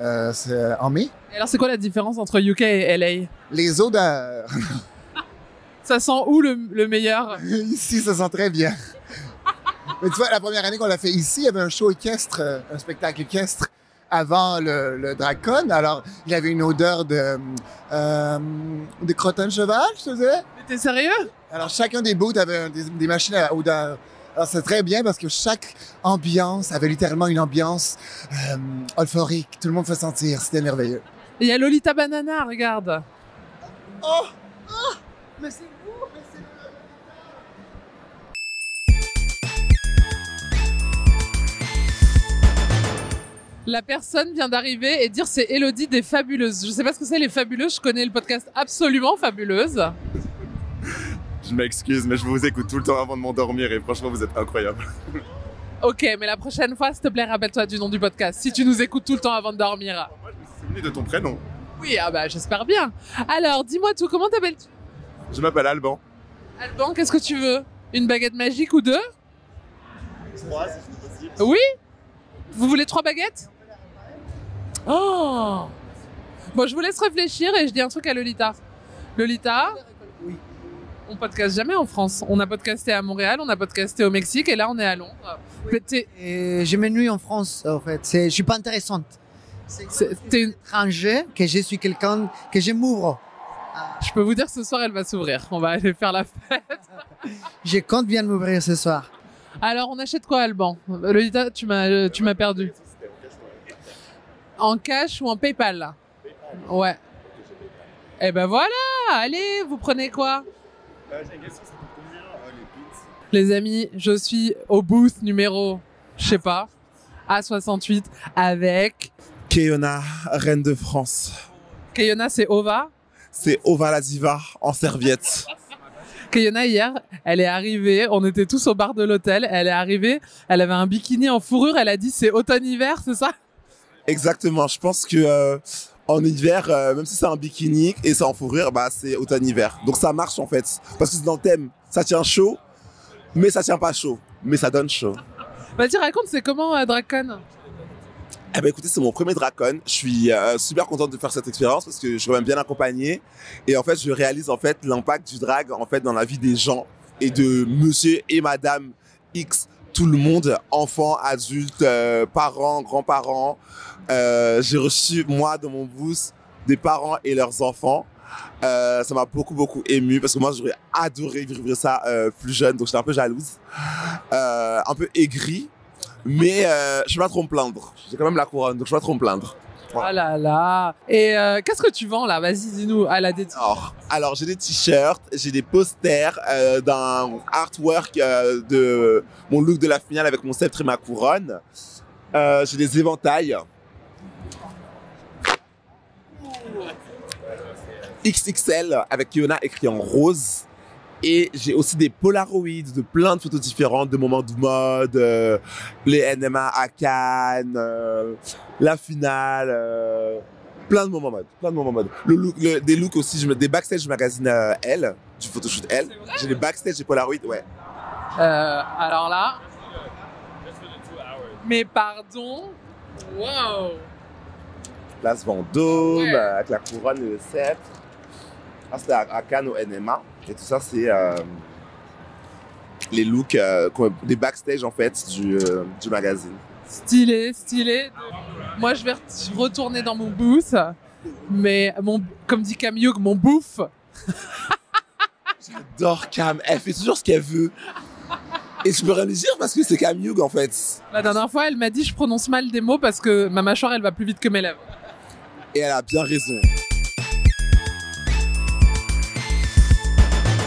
O: euh, c'est en mai.
A: Et alors, c'est quoi la différence entre UK et LA
O: Les odeurs.
A: Ça sent où le, le meilleur
O: Ici, ça sent très bien. Mais tu vois, la première année qu'on l'a fait ici, il y avait un show équestre, euh, un spectacle équestre avant le, le Dracon. Alors, il y avait une odeur de, euh, de crottin de cheval, je te disais.
A: T'es sérieux?
O: Alors, chacun des booths avait un- des, des machines à odeur. Alors, c'est très bien parce que chaque ambiance avait littéralement une ambiance euh, olphorique. Tout le monde fait sentir. C'était merveilleux.
A: Il y a Lolita Banana, regarde.
O: Oh, oh Mais c'est vous Mais c'est
A: La personne vient d'arriver et dire c'est Elodie des Fabuleuses. Je sais pas ce que c'est les Fabuleuses, je connais le podcast absolument Fabuleuse.
P: Je m'excuse, mais je vous écoute tout le temps avant de m'endormir et franchement, vous êtes incroyable.
A: Ok, mais la prochaine fois, s'il te plaît, rappelle-toi du nom du podcast si tu nous écoutes tout le temps avant de dormir.
P: C'est venu de ton prénom.
A: Oui, ah bah j'espère bien. Alors, dis-moi tout, comment t'appelles-tu
P: Je m'appelle Alban.
A: Alban, qu'est-ce que tu veux Une baguette magique ou deux
P: Trois, si c'est possible.
A: Oui Vous voulez trois baguettes Oh Bon, je vous laisse réfléchir et je dis un truc à Lolita. Lolita Oui. On podcast jamais en France. On a podcasté à Montréal, on a podcasté au Mexique et là on est à Londres. Mais t'es-
H: Euh, je m'ennuie en France, en fait. C'est- Je suis pas intéressante. C'est
A: t'es une
H: étranger que je suis quelqu'un que je m'ouvre.
A: Je peux vous dire que ce soir elle va s'ouvrir. On va aller faire la fête.
H: Je compte bien m'ouvrir ce soir.
A: Alors on achète quoi, Alban Lolita, tu m'as euh, tu m'as perdu. En cash ou en PayPal là Ouais. Eh ben voilà, allez, vous prenez quoi Les amis, je suis au booth numéro, je sais pas, A68 avec
Q: Keyona, reine de France.
A: Kayona, c'est Ova.
Q: C'est Ova la diva en serviette.
A: Kayona hier, elle est arrivée, on était tous au bar de l'hôtel, elle est arrivée, elle avait un bikini en fourrure, elle a dit c'est automne-hiver, c'est ça
Q: Exactement. Je pense que euh, en hiver, euh, même si c'est un bikini et c'est en fourrure, bah c'est automne hiver. Donc ça marche en fait, parce que c'est dans le thème. Ça tient chaud, mais ça tient pas chaud, mais ça donne chaud.
A: Vas-y, raconte, c'est comment euh, Dracon
Q: Eh ben écoutez, c'est mon premier Dracon. Je suis euh, super contente de faire cette expérience parce que je suis quand même bien accompagné et en fait, je réalise en fait l'impact du drag en fait dans la vie des gens et de monsieur et madame X, tout le monde, enfants, adultes, euh, parents, grands-parents. Euh, j'ai reçu moi dans mon boost des parents et leurs enfants. Euh, ça m'a beaucoup beaucoup ému parce que moi j'aurais adoré vivre ça euh, plus jeune donc j'étais un peu jalouse, euh, un peu aigrie mais euh, je ne vais pas trop me plaindre. J'ai quand même la couronne, donc je ne vais pas trop me plaindre.
A: Ah là là Et euh, qu'est-ce que tu vends là Vas-y, dis-nous, à la détente.
Q: Alors, alors, j'ai des t-shirts, j'ai des posters euh, d'un artwork euh, de mon look de la finale avec mon sceptre et ma couronne. Euh, j'ai des éventails. XXL avec Kiona écrit en rose. Et j'ai aussi des Polaroids de plein de photos différentes, de moments de mode, euh, les NMA à Cannes, euh, la finale, euh, plein de moments mode, plein de moments mode. Le look- le- des looks aussi, je me, des backstage du magazine euh, Elle, du photoshoot Elle. J'ai les backstage des Polaroids, ouais.
A: Euh, alors là. Mais pardon Waouh
Q: place Vendôme, euh, avec la couronne et le sceptre. Ah, c'était à, à Cannes au NMA. Et tout ça, c'est euh, les looks, euh, qu'on- les backstage en fait du, euh, du magazine.
A: Stylé, stylé. Moi, je vais re- retourner dans mon booth, mais mon, comme dit Camille, mon bouffe.
Q: J'adore Cam, elle fait toujours ce qu'elle veut. Et je peux rien lui dire parce que c'est Cam Youg en fait.
A: La dernière fois, elle m'a dit je prononce mal des mots parce que ma mâchoire, elle va plus vite que mes lèvres.
Q: Et elle a bien raison.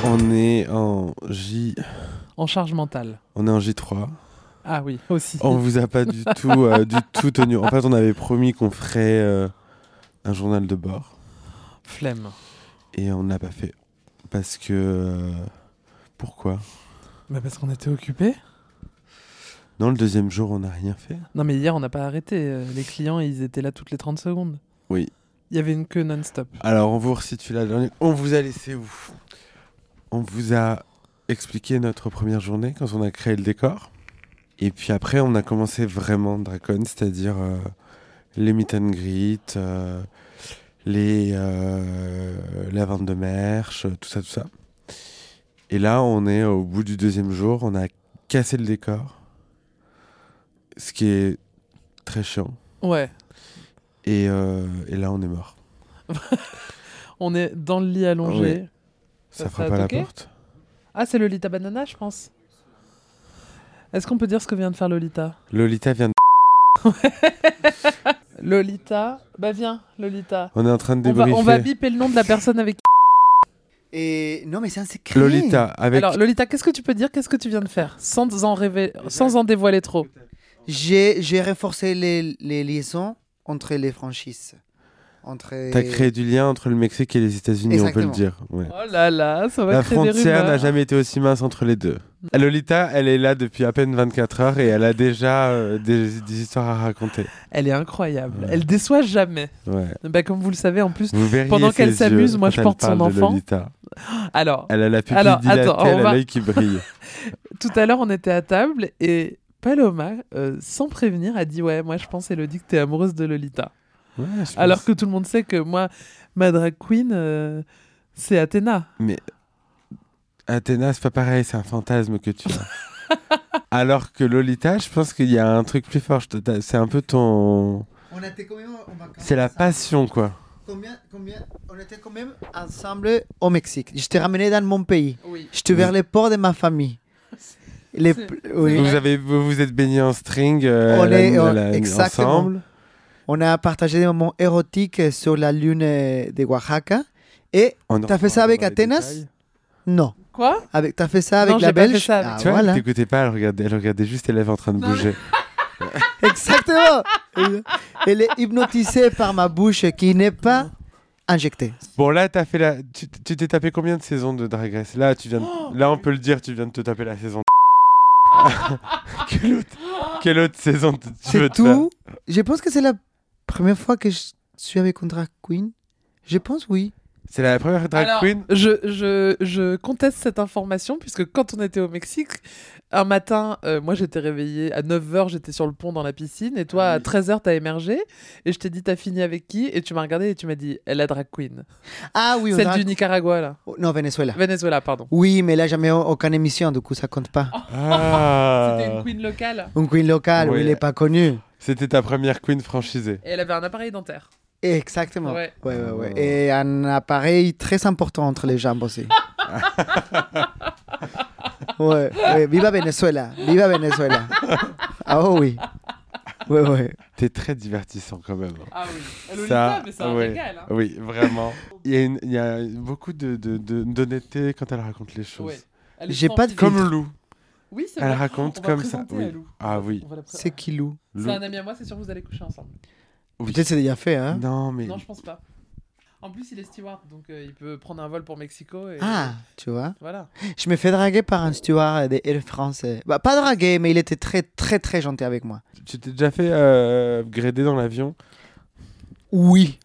C: On est en J.
A: En charge mentale.
C: On est en J3.
A: Ah oui, aussi.
C: On vous a pas du tout, euh, du tout tenu. En fait, on avait promis qu'on ferait euh, un journal de bord.
A: Flemme.
C: Et on ne l'a pas fait. Parce que. euh, pourquoi
A: Bah parce qu'on était occupés.
C: Non, le deuxième jour, on n'a rien fait.
A: Non, mais hier, on n'a pas arrêté. Euh, Les clients, ils étaient là toutes les 30 secondes.
C: Oui.
A: Il y avait une queue non-stop.
C: Alors, on vous resitue la dernière. On vous a laissé où On vous a expliqué notre première journée quand on a créé le décor. Et puis après, on a commencé vraiment Dracon, c'est-à-dire euh, les meet and greet, euh, les, euh, la vente de merch, euh, tout ça, tout ça. Et là, on est au bout du deuxième jour, on a cassé le décor, ce qui est très chiant.
A: Ouais.
C: Et, euh, et là, on est mort.
A: On est dans le lit allongé.
C: Ouais. Ça frappe à
A: a
C: la
A: toqué
C: porte.
A: Ah, c'est Lolita Banana, je pense. Est-ce qu'on peut dire ce que vient de faire Lolita
C: Lolita vient de...
A: Lolita, bah viens, Lolita.
C: On est en train de
A: On va, on va
C: débriefer.
A: biper le nom de la personne avec.
H: Et non, mais c'est un secret.
C: Lolita, avec-
A: Alors Lolita, qu'est-ce que tu peux dire Qu'est-ce que tu viens de faire sans en révé- sans en dévoiler trop.
H: J'ai j'ai renforcé les, les liaisons entre les franchises. Entre...
C: T'as créé du lien entre le Mexique et les États-Unis, on peut le
H: Exactement.
C: dire. ouais.
A: Oh là là, ça va
C: La
A: créer des
C: frontière
A: rumeurs.
C: n'a jamais été aussi mince entre les deux. Lolita, elle est là depuis à peine 24 heures et elle a déjà euh, des, des histoires à raconter.
A: Elle est incroyable. Elle déçoit jamais.
C: Ouais.
A: Bah, comme vous le savez, en plus,
C: Vous verriez
A: pendant
C: ses
A: qu'elle s'amuse,
C: yeux
A: moi
C: quand
A: je porte
C: elle
A: son
C: parle de
A: enfant.
C: Lolita.
A: Alors,
C: Elle a la pupille
A: alors,
C: dilatée,
A: attends,
C: elle
A: on
C: a
A: va-
C: l'œil qui brille.
A: Tout à l'heure, on était à table et Paloma, euh, sans prévenir, a dit Ouais, moi je pense, Elodie, que t'es amoureuse de Lolita.
C: Ouais, je
A: Alors
C: pense.
A: que tout le monde sait que moi, ma drag queen, euh, c'est Athéna.
C: Mais Athéna, c'est pas pareil, c'est un fantasme que tu as. Alors que Lolita, je pense qu'il y a un truc plus fort. je te- t'as- C'est un peu ton.
H: On était quand même en vacances.
C: C'est la passion, quoi.
H: Combien, combien... On était quand même ensemble au Mexique. Je t'ai ramené dans mon pays. Je te vers les ports de ma famille. Les... oui.
C: Vous, avez, vous vous êtes baigné en string euh,
H: on
C: la-
H: est, on-
C: la- la-
H: exactement.
C: ensemble.
H: On a partagé des moments érotiques sur la lune euh, de Oaxaca. Et
C: On en
H: t'as fait ça avec Athénas Non.
A: Quoi
H: Avec t'as fait ça avec
A: Non,
H: la
A: j'ai pas fait
H: Belge
A: ça avec-
H: Ah,
C: tu vois,
H: voilà.
C: elle t'écoutait pas, elle regardait, elle regardait juste les lèvres en train de bouger.
H: Exactement. Elle- Elle est hypnotisée par ma bouche qui n'est pas injectée.
C: Bon, là, t'as fait la... tu tu t'es tapé combien de saisons de Drag Race là, tu viens de-
H: Oh
C: là, on peut le dire, tu viens de te taper la saison. quelle, autre... quelle autre saison t- tu veux
H: C'est
C: te faire
H: tout. Je pense que c'est la première fois que je suis avec une drag queen. Je pense oui.
C: C'est la première drag
A: Alors,
C: queen
A: je, je, je conteste cette information puisque quand on était au Mexique, un matin, euh, moi j'étais réveillée à 9h, j'étais sur le pont dans la piscine et toi
H: Ah
A: à 13h t'as émergé et je t'ai dit t'as fini avec qui et tu m'as regardé et tu m'as dit elle la drag queen.
H: Ah oui, on
A: Celle
H: drag- Oh,
A: du Nicaragua là.
H: Non, Venezuela.
A: Venezuela, pardon.
H: Oui, mais là jamais au- aucune émission, du coup ça compte pas.
A: Oh.
H: Euh.
A: C'était une queen locale
H: Une queen locale, oui,
C: Ouais.
H: elle n'est pas connue.
C: Ah, C'était ta première queen franchisée.
A: et elle avait un appareil dentaire.
H: Exactement.
A: Ouais.
H: Ouais, ouais, ouais.
C: Oh.
H: Et un appareil très important entre les jambes aussi. ouais, ouais. Viva Venezuela. Viva Venezuela. Ah oh oui. Ouais, ouais.
C: T'es très divertissant quand même.
A: Ah oui. Lolita, mais c'est un régal, hein.
C: Oui, vraiment. Il y a, une- il y a beaucoup de, de- de- d'honnêteté quand elle raconte les choses.
A: Ouais. Elle est
H: J'ai pas de
A: franche.
C: Comme Lou.
A: Oui, c'est
C: Elle
A: vrai.
C: raconte
A: On va
C: comme ça.
A: présenter
C: Oui.
A: à Lou.
C: Ah oui.
A: On va la pré-
H: C'est qui Lou
A: C'est un ami à moi, c'est sûr vous allez coucher ensemble.
H: Peut-être c'est déjà fait, hein
C: Non, mais.
A: Non, je pense pas. En plus, il est steward, donc euh, il peut prendre un vol pour Mexico. Et... euh,
H: Ah, tu vois.
A: Voilà.
H: Je me fais draguer par un steward de Air France. Bah, pas draguer, mais il était très, très, très gentil avec moi.
C: Tu t'es déjà fait euh, upgrader dans l'avion
H: Oui.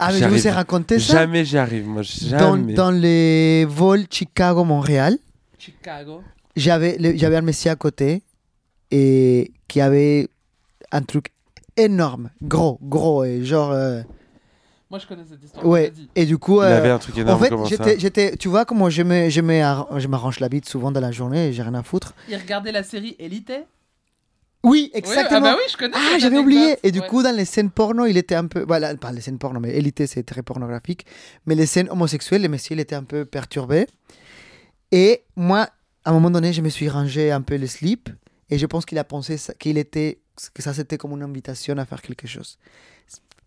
H: Ah, mais je
C: J'arrive-
H: vous ai raconté ça
C: Jamais j'y arrive, moi.
H: dans,
C: Jamais.
H: dans les vols Chicago-Montréal,
A: Chicago.
H: j'avais le- j'avais un monsieur à côté et qui avait un truc énorme, gros, gros, et genre. euh,
A: Moi, je connais cette histoire.
H: Ouais. Et du coup, euh,
B: Il avait un truc énorme
H: en fait,
B: comme ça.
H: j'étais, j'étais, tu vois comment je me, je me ar- je m'arrange la bite souvent dans la journée, et j'ai rien à foutre.
A: Il regardait la série Elite.
H: Oui,
A: ah bah
H: exactement.
A: oui, je connais
H: Ah,
A: cette
H: j'avais oublié.
A: anecdote,
H: Et du
A: ouais.
H: coup, dans les scènes porno, il était un peu. Voilà, pas les scènes porno, mais Elite, c'est très pornographique. Mais les scènes homosexuelles, les messieurs, il était un peu perturbé. Et moi, à un moment donné, je me suis rangé un peu les slips. Et je pense qu'il a pensé ça- qu'il était, que ça, c'était comme une invitation à faire quelque chose.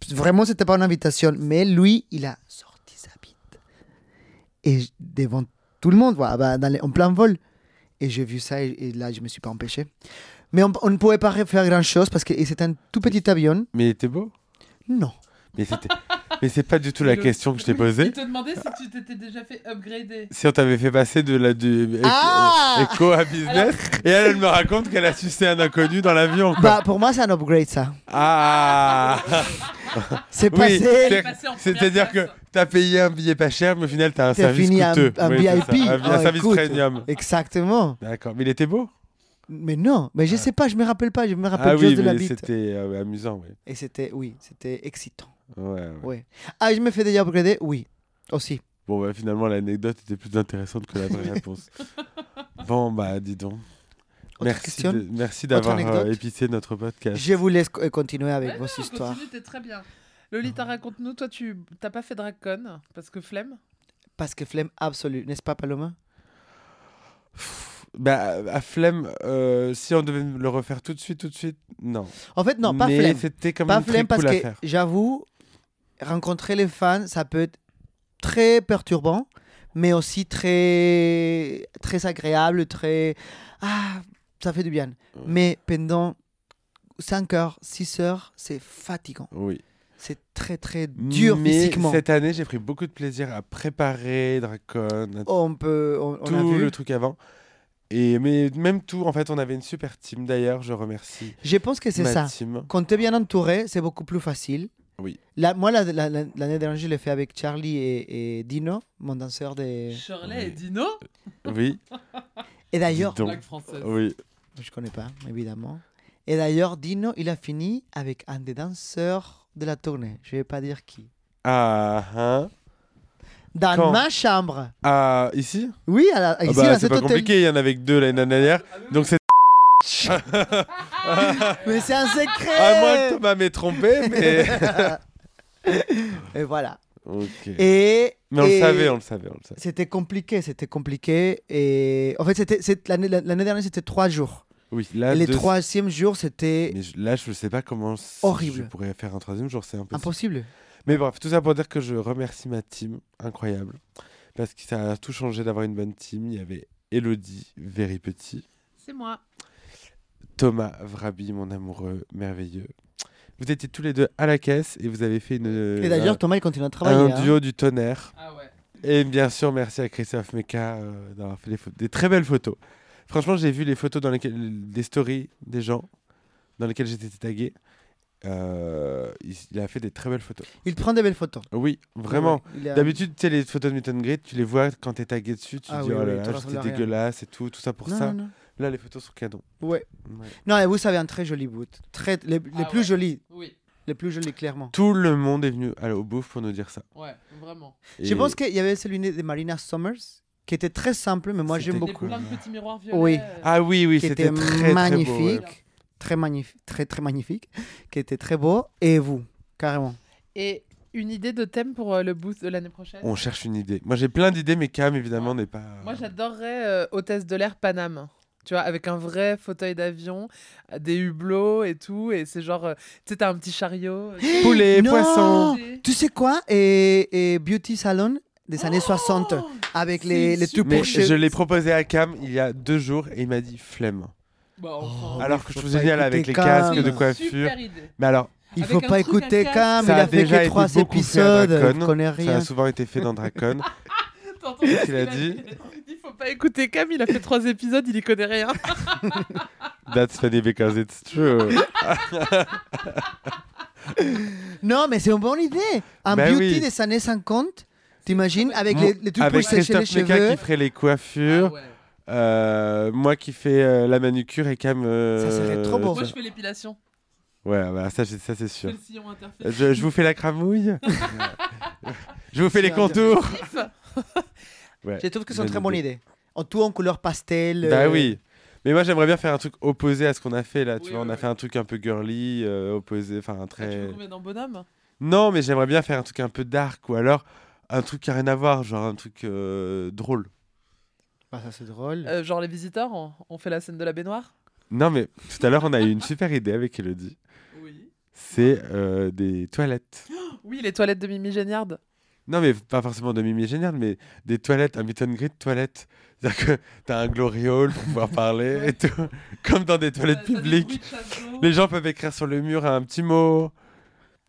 H: Vraiment, c'était pas une invitation. Mais lui, il a sorti sa bite. Et je- devant tout le monde, voilà, bah, dans les- en plein vol. Et j'ai vu ça, et, et là, je me suis pas empêché. Mais on, on ne pouvait pas faire grand-chose parce que et c'était un tout petit avion.
C: Mais il était beau
H: Non.
C: Mais c'était. Mais c'est pas du tout la
A: Le-
C: question que je t'ai
A: Oui,
C: posée.
A: Il te demandait si tu t'étais déjà fait upgrader.
C: Si on t'avait fait passer de la du
A: Ah
C: éco à business, et elle, elle me raconte qu'elle a sucé un inconnu dans l'avion. quoi.
H: Bah, pour moi, c'est un upgrade, ça.
C: Ah
H: C'est
C: Oui,
H: passé.
C: c'est-
H: Il est passé en première
C: C'est-à-dire que t'as payé un billet pas cher, mais au final t'as un
H: T'as
C: service
H: fini un,
C: coûteux.
H: un
C: Oui, c'est ça,
H: VIP.
C: un, un
H: Oh,
C: service
H: écoute.
C: premium.
H: Exactement.
C: D'accord, mais il était beau.
H: Mais non, mais je sais pas, je me rappelle pas, je me rappelle
C: ah
H: juste
C: oui,
H: de la
C: mais
H: bite.
C: c'était euh, amusant, oui.
H: Et c'était, oui, c'était excitant.
C: Ouais, ouais.
H: Ouais. Ah, je me fais déjà upgrader Oui, aussi.
C: Bon, bah, finalement, l'anecdote était plus intéressante que la vraie réponse. Bon, bah, dis donc.
H: Autre
C: Merci,
H: question
C: de- merci
H: Autre
C: d'avoir euh,
H: anecdote
C: épicé notre podcast.
H: Je vous laisse co- euh, continuer avec vos histoires. Ah.
A: Continue, t'es très bien. Lolita, raconte-nous, toi, tu t'as pas fait drag con parce que flemme.
H: Parce que flemme absolue, n'est-ce pas, Paloma
C: Bah, à flemme, euh, si on devait le refaire tout de suite, tout de suite, non.
H: En fait, non, pas
C: Mais
H: flemme.
C: c'était quand
H: pas
C: même très
H: flemme parce
C: cool à
H: que
C: faire.
H: j'avoue, rencontrer les fans, ça peut être très perturbant, mais aussi très très agréable, très ah, ça fait du bien. Mais pendant 5 heures, 6 heures, c'est fatigant.
C: Oui.
H: C'est très très dur
C: Mais
H: physiquement.
C: cette année, j'ai pris beaucoup de plaisir à préparer Dracon, à
H: On peut on, on
C: tout
H: a vu.
C: le truc avant. Et mais même tout, en fait, on avait une super team. D'ailleurs, je remercie.
H: Je pense que c'est
C: ma
H: ça.
C: team.
H: Quand tu es bien entouré, c'est beaucoup plus facile.
C: Oui.
H: La- moi, la- la- la- l'année dernière, je l'ai fait avec Charlie et, et Dino, mon danseur de.
A: Shirley et Dino.
C: Oui.
H: Et d'ailleurs.
A: Dis donc. Blague française.
C: Oui.
H: Je connais pas, évidemment. Et d'ailleurs, Dino, il a fini avec un des danseurs de la tournée. Je vais pas dire qui.
C: Ah, hein.
H: Dans
C: Quand
H: ma chambre.
C: Ah, ici
H: Oui, à la-
C: Ah
H: ici,
C: bah,
H: dans
C: C'est
H: cet
C: pas
H: hôtel.
C: compliqué, il y en avait que deux l'année dernière. Donc c'est.
H: Mais c'est un secret.
C: À moins que Thomas m'ait trompé, mais.
H: et voilà.
C: Ok.
H: Et,
C: Mais on
H: et
C: le savait, on le savait, on le savait.
H: C'était compliqué, c'était compliqué. Et en fait, c'était c'est- l'année la- l'année dernière, c'était trois jours.
C: Oui, là,
H: Et les
C: Ah, deux-
H: troisième jours, c'était
C: Mais je- là, je ne sais pas comment s-
H: Horrible.
C: je pourrais faire un troisième jour, c'est impossible.
H: Impossible.
C: Mais bref, tout ça pour dire que je remercie ma team, incroyable, parce que ça a tout changé d'avoir une bonne team. Il y avait Elodie, Very Petit,
A: C'est moi.
C: Thomas Vrabi, mon amoureux merveilleux. Vous étiez tous les deux à la caisse et vous avez fait une.
H: Et d'ailleurs,
C: un-
H: Thomas, il continue à travailler,
C: Un
H: hein.
C: duo du tonnerre.
A: Ah
C: Et bien sûr, merci à Christophe Meka euh, d'avoir fait des, pho- des très belles photos. Franchement, j'ai vu les photos dans lesquelles. des stories des gens dans lesquelles j'étais tagué. Euh, il, il a fait des très belles photos.
H: Il prend des belles photos.
C: Oui, vraiment.
H: Ouais, ouais, il a-
C: D'habitude, tu sais, les photos de Meet and Greet, tu les vois quand t'es tagué dessus, tu
H: Ah
C: te dis
H: oui,
C: oh
H: oui,
C: là
H: tu
C: là,
H: ressembles à
C: c'était
H: rien.
C: dégueulasse et tout, tout ça pour
H: Non,
C: ça.
H: non, non.
C: Là, les photos sont canon.
H: Ouais. Non, et vous avez un très joli boot. Très, les les plus jolis.
A: Oui.
H: Les plus jolis, clairement.
C: Tout le monde est venu aller au bouffe pour nous dire ça.
A: Ouais, vraiment.
H: Je
C: Et-
H: pense qu'il y avait celui de Marina Summers qui était très simple, mais moi j'aime
A: C'était
H: beaucoup.
A: plein de petits miroirs violets.
H: Oui.
C: Ah oui, oui,
H: Qui
C: c'était
H: était
C: très, très beau,
H: magnifique,
C: ouais.
H: très magnifique, très très magnifique, qui était très beau. Et vous, carrément.
A: Et une idée de thème pour euh, le boost de l'année prochaine.
C: On cherche une idée. Moi, j'ai plein d'idées, mais Cam, évidemment, n'est pas.
A: Moi, j'adorerais euh, hôtesse de l'air Paname. Tu vois, avec un vrai fauteuil d'avion, euh, des hublots et tout. Et c'est genre, euh, tu sais, t'as un petit chariot. euh,
H: Non Tu sais quoi et, et Beauty Salon des années 60 avec les, les tubes
C: Mais
H: pour chez-
C: je l'ai proposé à Cam il y a deux jours et il m'a dit flemme. alors
A: Bah,
H: Oh, mais
C: que je
H: faut
C: faisais
H: pas
C: génial avec
H: écouter
C: les
H: Cam.
C: casques Oh, de
H: Super
C: coiffure.
H: idée.
C: Mais alors.
H: Il Avec faut un pas truc à écouter casque. Cam,
C: Ça
H: il a
C: a
H: fait que
C: déjà été
H: trois
C: beaucoup fait à
H: épisodes,
C: Dracon.
H: il connaît
C: Ça a
H: rien.
C: souvent été fait dans Dracon.
A: T'entends
C: Qu'est-ce
A: ce
C: qu'il a dit
A: Il faut pas écouter Cam, il a fait trois épisodes, il y connaît rien.
C: That's funny because it's true.
H: Non, mais c'est une bonne idée. Un
C: Bah
H: beauty
C: oui.
H: des années 50, t'imagines avec
C: Mon-
H: les, les tubes
C: avec
H: pour sécher les
C: Christophe Meka
H: cheveux.
C: qui ferait les
A: Ah
C: coiffures. euh, moi qui fais euh, la manucure et Cam. euh,
A: Moi, je fais l'épilation.
C: Ouais, bah, ça, c'est- ça, c'est sûr.
A: le sillon interfétiche.
C: Je, je vous fais la cramouille. je vous fais les
A: C'est
C: contours. Ouais,
H: Je trouve que c'est une
C: bonne
H: très bonne
C: idée.
H: idée. En tout en couleur pastel.
C: Bah
H: euh,
C: oui. Mais moi, j'aimerais bien faire un truc opposé à ce qu'on a fait là. Tu vois, on a fait un truc un peu girly, euh, opposé, enfin un très.
A: Combien d'un bonhomme
C: Non, mais j'aimerais bien faire un truc un peu dark ou alors un truc qui a rien à voir, genre un truc euh, drôle.
H: Bah, ça, c'est drôle.
A: Euh, Genre les visiteurs, on, on fait la scène de la baignoire
C: Non, mais tout à l'heure, on a eu une super idée avec Elodie.
A: Oui.
C: C'est euh, des toilettes.
A: Oui, les toilettes de Mimi Géniard.
C: Non, mais pas forcément de Mimi Génial, mais des toilettes, un meet and greet toilette. C'est-à-dire que t'as un glory hall pour pouvoir parler et tout. Comme dans des
A: Ah,
C: toilettes publiques. Les gens peuvent écrire sur le mur un petit mot.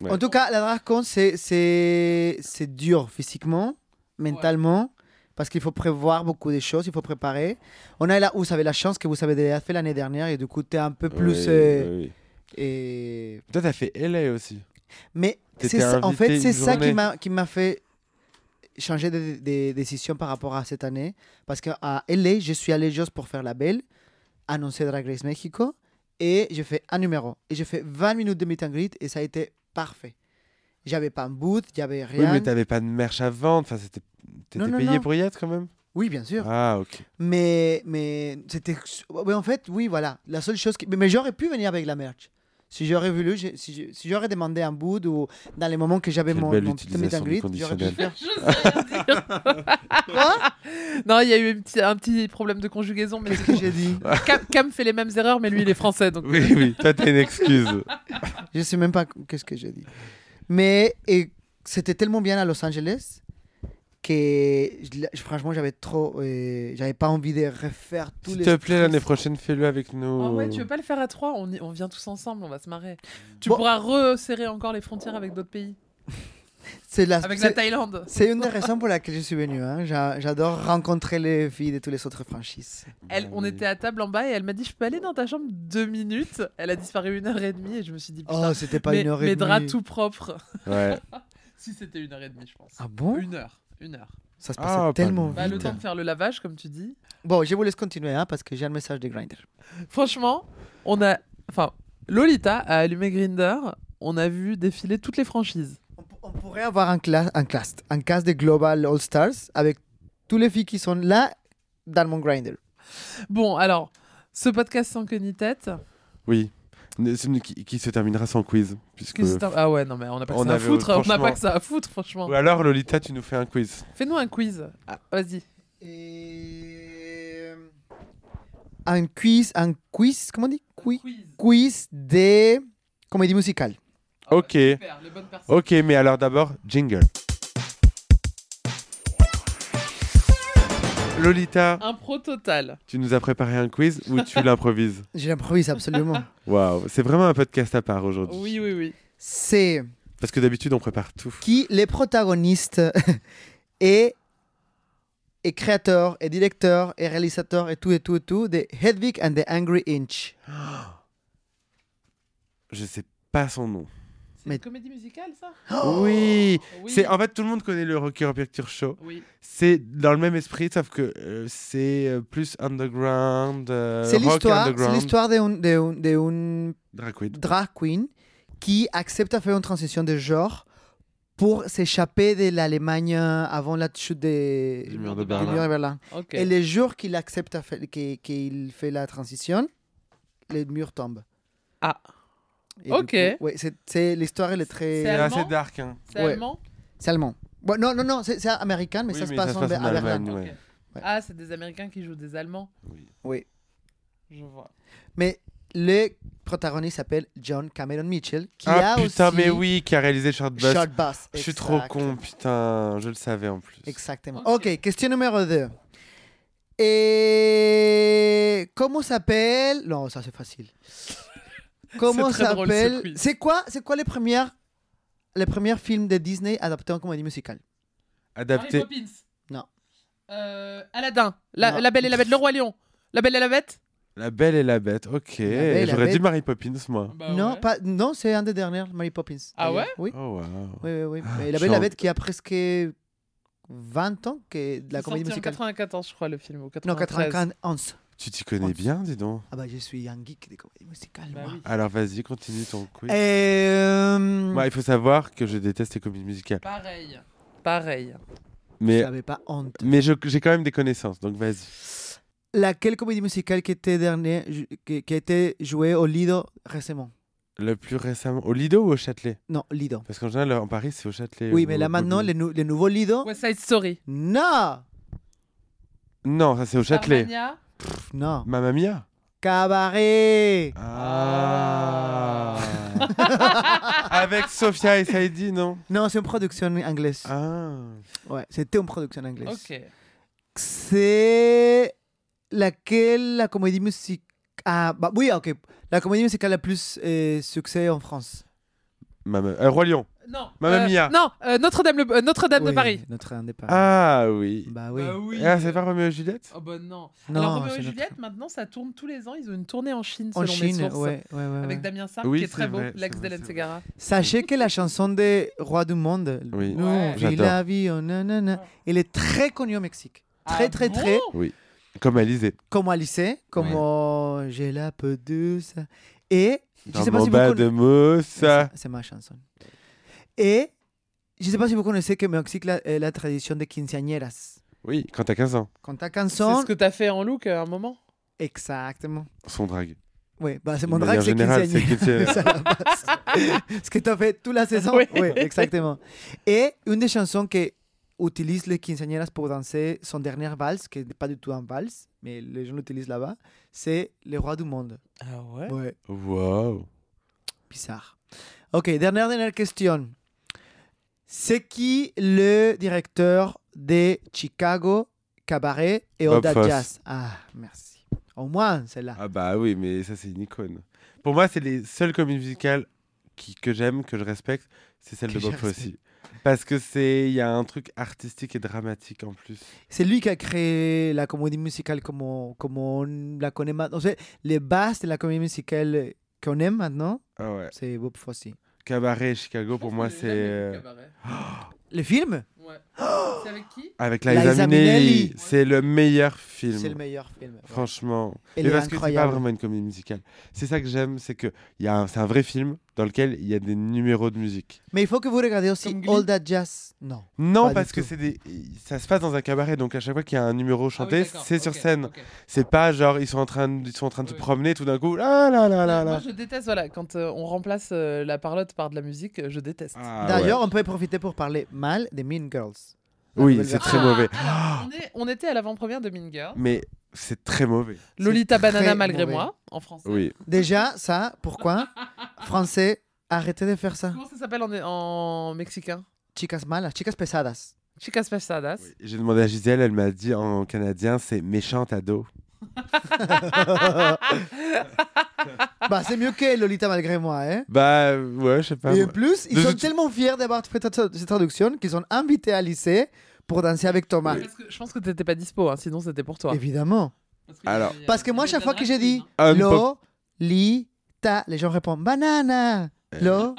C: Ouais.
H: En tout cas, la drag con, c'est- c'est c'est dur physiquement, mentalement, parce qu'il faut prévoir beaucoup de choses, il faut préparer. On a là, vous avez la chance que vous avez déjà fait l'année dernière, et du coup, t'es un peu plus.
C: Oui,
H: euh,
C: oui.
H: Et...
C: Toi, t'as fait LA aussi.
H: Mais
C: T'étais
H: c'est ça- en
C: invité
H: fait,
C: une
H: c'est ça
C: journée.
H: qui m'a qui m'a fait changer de, de- de décision par rapport à cette année, parce qu'à LA, je suis allé juste pour faire la belle, annoncer Drag Race Mexico, et j'ai fait un numéro, et j'ai fait 20 minutes de meet and greet, et ça a été parfait. J'avais pas un boot, j'avais rien.
C: Oui, mais t'avais pas de merch à vendre. Enfin, c'était- t'étais
H: Non, non,
C: payé
H: non.
C: pour y être quand même
H: Oui, bien sûr.
C: Ah, ok.
H: Mais, mais c'était. ouais, en fait, oui, voilà. La seule chose. qui- Mais, mais j'aurais pu venir avec la merch. Si j'aurais voulu, j'ai- si je- si j'aurais demandé un bout ou dans les moments que j'avais
C: Quelle
H: mon,
C: belle
H: mon petit meet
C: utilisation
H: and
C: du
H: greet, j'aurais pu
C: conditionnel.
H: faire.
A: Non, il y a eu un petit, un petit problème de conjugaison, mais c'est que
H: j'ai dit.
A: Cam, Cam fait les mêmes erreurs, mais lui, il est français. Donc...
C: Oui, oui, toi, t'as une excuse.
H: Je sais même pas qu'est-ce que j'ai dit. Mais et c'était tellement bien à Los Angeles que je- franchement, j'avais trop. euh, j'avais pas envie de refaire tous
C: S'il
H: les.
C: te plaît,
H: stress.
C: l'année prochaine, fais-le avec
H: Oh.
C: nous.
A: Ah ouais, tu veux pas le faire à trois on, y- on vient tous ensemble, on va se marrer. Tu pourras resserrer encore les frontières avec d'autres pays.
H: C'est la-
A: Avec la
H: c'est-
A: Thaïlande.
H: C'est une des raisons pour laquelle je suis venu. hein. J'a- J'adore rencontrer les filles de toutes les autres franchises.
A: Elle, on était à table en bas et elle m'a dit Je peux aller dans ta chambre deux minutes Elle a disparu une heure et demie et je me suis dit Putain,
H: Oh, c'était pas
A: mes-
H: une heure et
A: Mes draps
H: demie.
A: tout propres.
C: Ouais.
A: si c'était une heure et demie, je pense.
H: Ah bon
A: Une heure. Une heure.
H: Ça se passait Ah, pas tellement mal.
A: Bah, le
H: vite.
A: temps de faire le lavage, comme tu dis.
H: Bon, je vous laisse continuer hein, parce que j'ai un message de Grindr.
A: Franchement, on a. Enfin, Lolita a allumé Grinder. On a vu défiler toutes les franchises.
H: On pourrait avoir un, cla- un cast, un cast de Global All Stars avec tous les filles qui sont là dans mon Grindr.
A: Bon, alors, ce podcast sans queue ni tête.
C: Oui. Ne- c'est une- Qui, qui se terminera sans quiz. Puisque...
A: Qu'est-ce que t'as- Ah ouais, non, mais on n'a pas que ça à
C: avait-
A: foutre, on n'a
C: franchement-
A: pas que ça à foutre, franchement.
C: Ou alors, Lolita, tu nous fais un quiz.
A: Fais-nous un quiz. Ah, Vas-y.
H: euh, Un quiz, un quiz, comment on dit Qui- Quiz des comédies musicales.
C: Ah
H: Ah
C: ok. ok, mais alors d'abord, jingle. Lolita,
A: Impro total.
C: tu nous as préparé un quiz ou tu l'improvises
H: Je l'improvise absolument.
C: Waouh, c'est vraiment un podcast à part aujourd'hui.
A: oui, oui, oui.
H: C'est
C: Parce que d'habitude, on prépare tout.
H: qui les protagonistes et, et créateur et directeur et réalisateur et tout et tout et tout de Hedwig and the Angry Inch.
C: Je sais pas son nom.
H: Mais
A: Comédie musicale, ça
C: oui,
A: Oui.
C: c'est en fait tout le monde connaît le Rocky Horror Picture Show.
A: Oui.
C: C'est dans le même esprit, sauf que euh, c'est euh, plus underground. euh,
H: c'est
C: rock
H: l'histoire, c'est
C: underground.
H: l'histoire d'un d'un- d'un
C: Drag queen.
H: drag queen qui accepte à faire une transition de genre pour s'échapper de l'Allemagne avant la chute des- du
C: mur de Berlin.
H: mur de Berlin.
A: Ok.
H: Et les jours qu'il accepte à faire- qu'il qu'il fait la transition, les murs tombent.
A: Ah.
H: Et du
A: Ok.
H: coup, ouais, c'est- c'est l'histoire, elle est très.
C: C'est allemand assez dark, hein.
A: C'est allemand
H: C'est allemand. Bon, non, non, non, c'est c'est américain, mais
C: Oui,
H: ça se
C: mais
H: passe, en, à Berlin.
C: Allemagne, ouais.
A: Ah, c'est des Américains qui jouent des Allemands.
H: Oui.
A: Je vois.
H: Mais le protagoniste s'appelle John Cameron Mitchell, qui
C: ah
H: a
C: putain,
H: aussi.
C: mais oui, qui a réalisé Short Bus.
H: Short Bus,
C: Je suis trop
H: exact.
C: con, putain, je le savais en plus.
H: Exactement. ok, question numéro 2. Et comment s'appelle Non, ça c'est facile. Comment
A: C'est très drôle, ce
H: s'appelle
A: quiz.
H: C'est quoi C'est quoi les premières les premiers films de Disney adaptés en comédie musicale
C: Adapté.
A: Harry Poppins.
H: Non.
A: Euh, Aladdin. La,
H: Non.
A: la Belle et la Bête. Le Roi Lion. La Belle et la Bête.
C: La Belle et la Bête, ok.
H: Belle et la
C: J'aurais dit
H: Bête.
C: Mary Poppins, moi.
A: Bah
H: non, pas non, c'est un des derniers Mary Poppins. Eh,
A: Ah
H: d'ailleurs.
A: ouais
H: Oui.
C: Oh, wow.
H: Oui oui oui.
C: Ah,
H: Mais
C: je
H: Eh, la Belle et
C: suis
H: la
C: en-
H: Bête qui a presque 20 ans que de la
A: C'est
H: comédie
A: sorti en
H: musicale.
A: 94, je crois, le film. Ou
H: Non,
A: 93.
H: 95 ans.
C: Tu t'y connais bien, dis donc.
H: Ah bah je suis un geek des comédies musicales.
A: Bah
H: moi.
C: Alors vas-y, continue ton quiz.
H: Euh,
C: Moi, il faut savoir que je déteste les comédies musicales.
A: Pareil. Pareil.
C: Mais,
H: J'avais pas honte.
C: Mais je- j'ai quand même des connaissances, donc vas-y.
H: Laquelle comédie musicale qui était dernière, ju- qui, qui a été jouée au Lido récemment
C: Le plus récemment, au Lido ou au Châtelet
H: Non, Lido.
C: Parce qu'en général, en Paris, c'est au Châtelet.
H: Oui,
C: ou
H: mais là
C: au
H: maintenant,
C: Boublil.
H: les, nou- les nouveaux Lido.
A: West Side Story.
H: Non
C: Non, ça c'est au Châtelet.
A: Armagnac
H: Pff, Non.
C: Mamma Mia
H: Cabaret
C: Ah Avec Sofia et Saïdi, non
H: Non, c'est une production anglaise.
C: Ah
H: Ouais, c'était une production anglaise.
A: Ok.
H: C'est laquelle la comédie musicale. Ah, bah oui, ok. La comédie musicale la plus euh, succès en France.
C: Mamma... euh, Roi Lion
A: Non.
C: Mamma
A: Euh,
C: Mia
A: Non, euh, Notre-Dame le- euh, Notre-Dame de
H: Oui,
A: Paris.
H: Notre-Dame de Paris.
C: Ah oui
H: Bah oui.
A: Bah oui.
C: Ah, c'est pas Roméo et Juliette
A: Oh bah non.
C: Non,
A: Alors Roméo
C: c'est
A: et
C: notre-
A: Juliette, maintenant ça tourne tous les ans. Ils ont une tournée en Chine,
H: En
A: selon
H: Chine,
A: mes sources.
H: ouais, ouais, ouais,
A: Avec
H: ouais.
A: Damien Sarr,
H: Oui,
A: qui est
H: c'est
A: très
H: vrai,
A: beau, l'ex d'Hélène Segara.
H: Sachez que la chanson des rois du monde,
C: oui.
H: nous,
A: Ouais.
H: on vit
C: J'adore.
H: la vie, oh, nanana, elle est très connue au Mexique.
A: Ah
H: Très, très, très.
C: Oui. Comme Alizé.
H: Comme Alice, comme oh, j'ai la peau douce. Et je
C: Dans
H: sais pas
C: mon
H: si vous
C: bas de
H: conna-
C: mousse.
H: C'est ma chanson. Et je sais pas si vous connaissez que au Mexique la, euh, la tradition des quinceañeras.
C: Oui, quand t'as 15 ans.
H: Quand ta
A: C'est
H: canson.
A: ce que t'as fait en look euh, à un moment.
H: Exactement.
C: Son drague.
H: Oui, bah, c'est
C: D'une
H: mon
C: manière
H: drag, c'est
C: générale, c'est
H: quinceañera.
C: quinceañera.
H: C'est la base. Ce que tu as fait toute la saison.
A: Oui.
H: Oui, exactement. Et une des chansons que utilisent les quinceañeras pour danser son dernière valse, qui n'est pas du tout un valse, mais les gens l'utilisent là-bas, c'est Les Rois du Monde.
A: Ah ouais
H: Ouais.
C: Waouh.
H: Bizarre. Ok, dernière, dernière question. C'est qui le directeur de Chicago Cabaret et
C: Bob
H: Oda
C: Fosse.
H: Jazz Ah, merci. Au moins, celle-là.
C: Ah bah oui, mais ça c'est une icône. Pour moi, c'est les seules comédies musicales qui, que j'aime, que je respecte, c'est celle
H: Que
C: de Bob
H: je
C: Fosse.
H: respecte.
C: Parce que c'est, il y a un truc artistique et dramatique en plus.
H: C'est lui qui a créé la comédie musicale comme on, comme on la connaît maintenant. En fait, les bases de la comédie musicale qu'on aime maintenant,
C: Ah ouais.
H: c'est Bob Fosse.
C: Cabaret et Chicago, pour moi, c'est euh,
H: Le film
A: Ouais. c'est avec qui
C: avec
H: Liza
C: Liza, Minnelli.
H: Minnelli.
C: C'est le meilleur film.
H: C'est le meilleur film, ouais.
C: Franchement,
H: Elle
C: mais
H: est
C: parce que c'est pas
H: incroyable.
C: vraiment une comédie musicale. C'est ça que j'aime, c'est que il y a un- c'est un vrai film dans lequel il y a des numéros de musique.
H: Mais il faut que vous regardiez aussi All That Jazz. Non.
C: Non,
H: pas du
C: parce que
H: tout.
C: c'est des... ça se passe dans un cabaret, donc à chaque fois qu'il y a un numéro chanté,
A: Ah d'accord,
C: c'est sur
A: ok,
C: scène.
A: ok.
C: C'est pas genre ils sont en train, de- ils sont en train de se promener tout d'un coup. Là, là, Ah là, là,
A: Moi
C: là.
A: je déteste, voilà, quand euh, on remplace euh, la parlotte par de la musique, euh, je déteste.
C: Ah.
H: D'ailleurs, on peut profiter pour parler mal des Mean Girls.
C: Oui, c'est très mauvais.
A: Ah.
C: Ah.
A: on, est- on était à l'avant-première de Mean Girl.
C: Mais c'est très mauvais.
A: Lolita
H: C'est
A: Banana
H: très
A: malgré
H: mauvais.
A: moi, en français.
C: Oui.
H: Déjà, ça, pourquoi Français, arrêtez de faire ça.
A: Comment ça s'appelle en, en mexicain
H: Chicas malas, chicas pesadas.
A: Chicas pesadas.
C: J'ai demandé à Gisèle, elle m'a dit en canadien, c'est méchante ado.
H: bah, c'est mieux que Lolita malgré moi, hein
C: Bah euh, ouais, je sais pas.
H: Et en
C: moi.
H: plus, ils
C: De
H: sont
C: toute-
H: tellement fiers d'avoir fait cette cette traduction qu'ils ont invité à lycée pour danser avec Thomas.
A: Parce que je pense que t'étais pas dispo, hein, sinon c'était pour toi.
H: Évidemment.
C: Alors,
H: Parce que moi, chaque fois que j'ai dit
C: Un peu.
H: Lolita, les gens répondent banana.
C: Euh.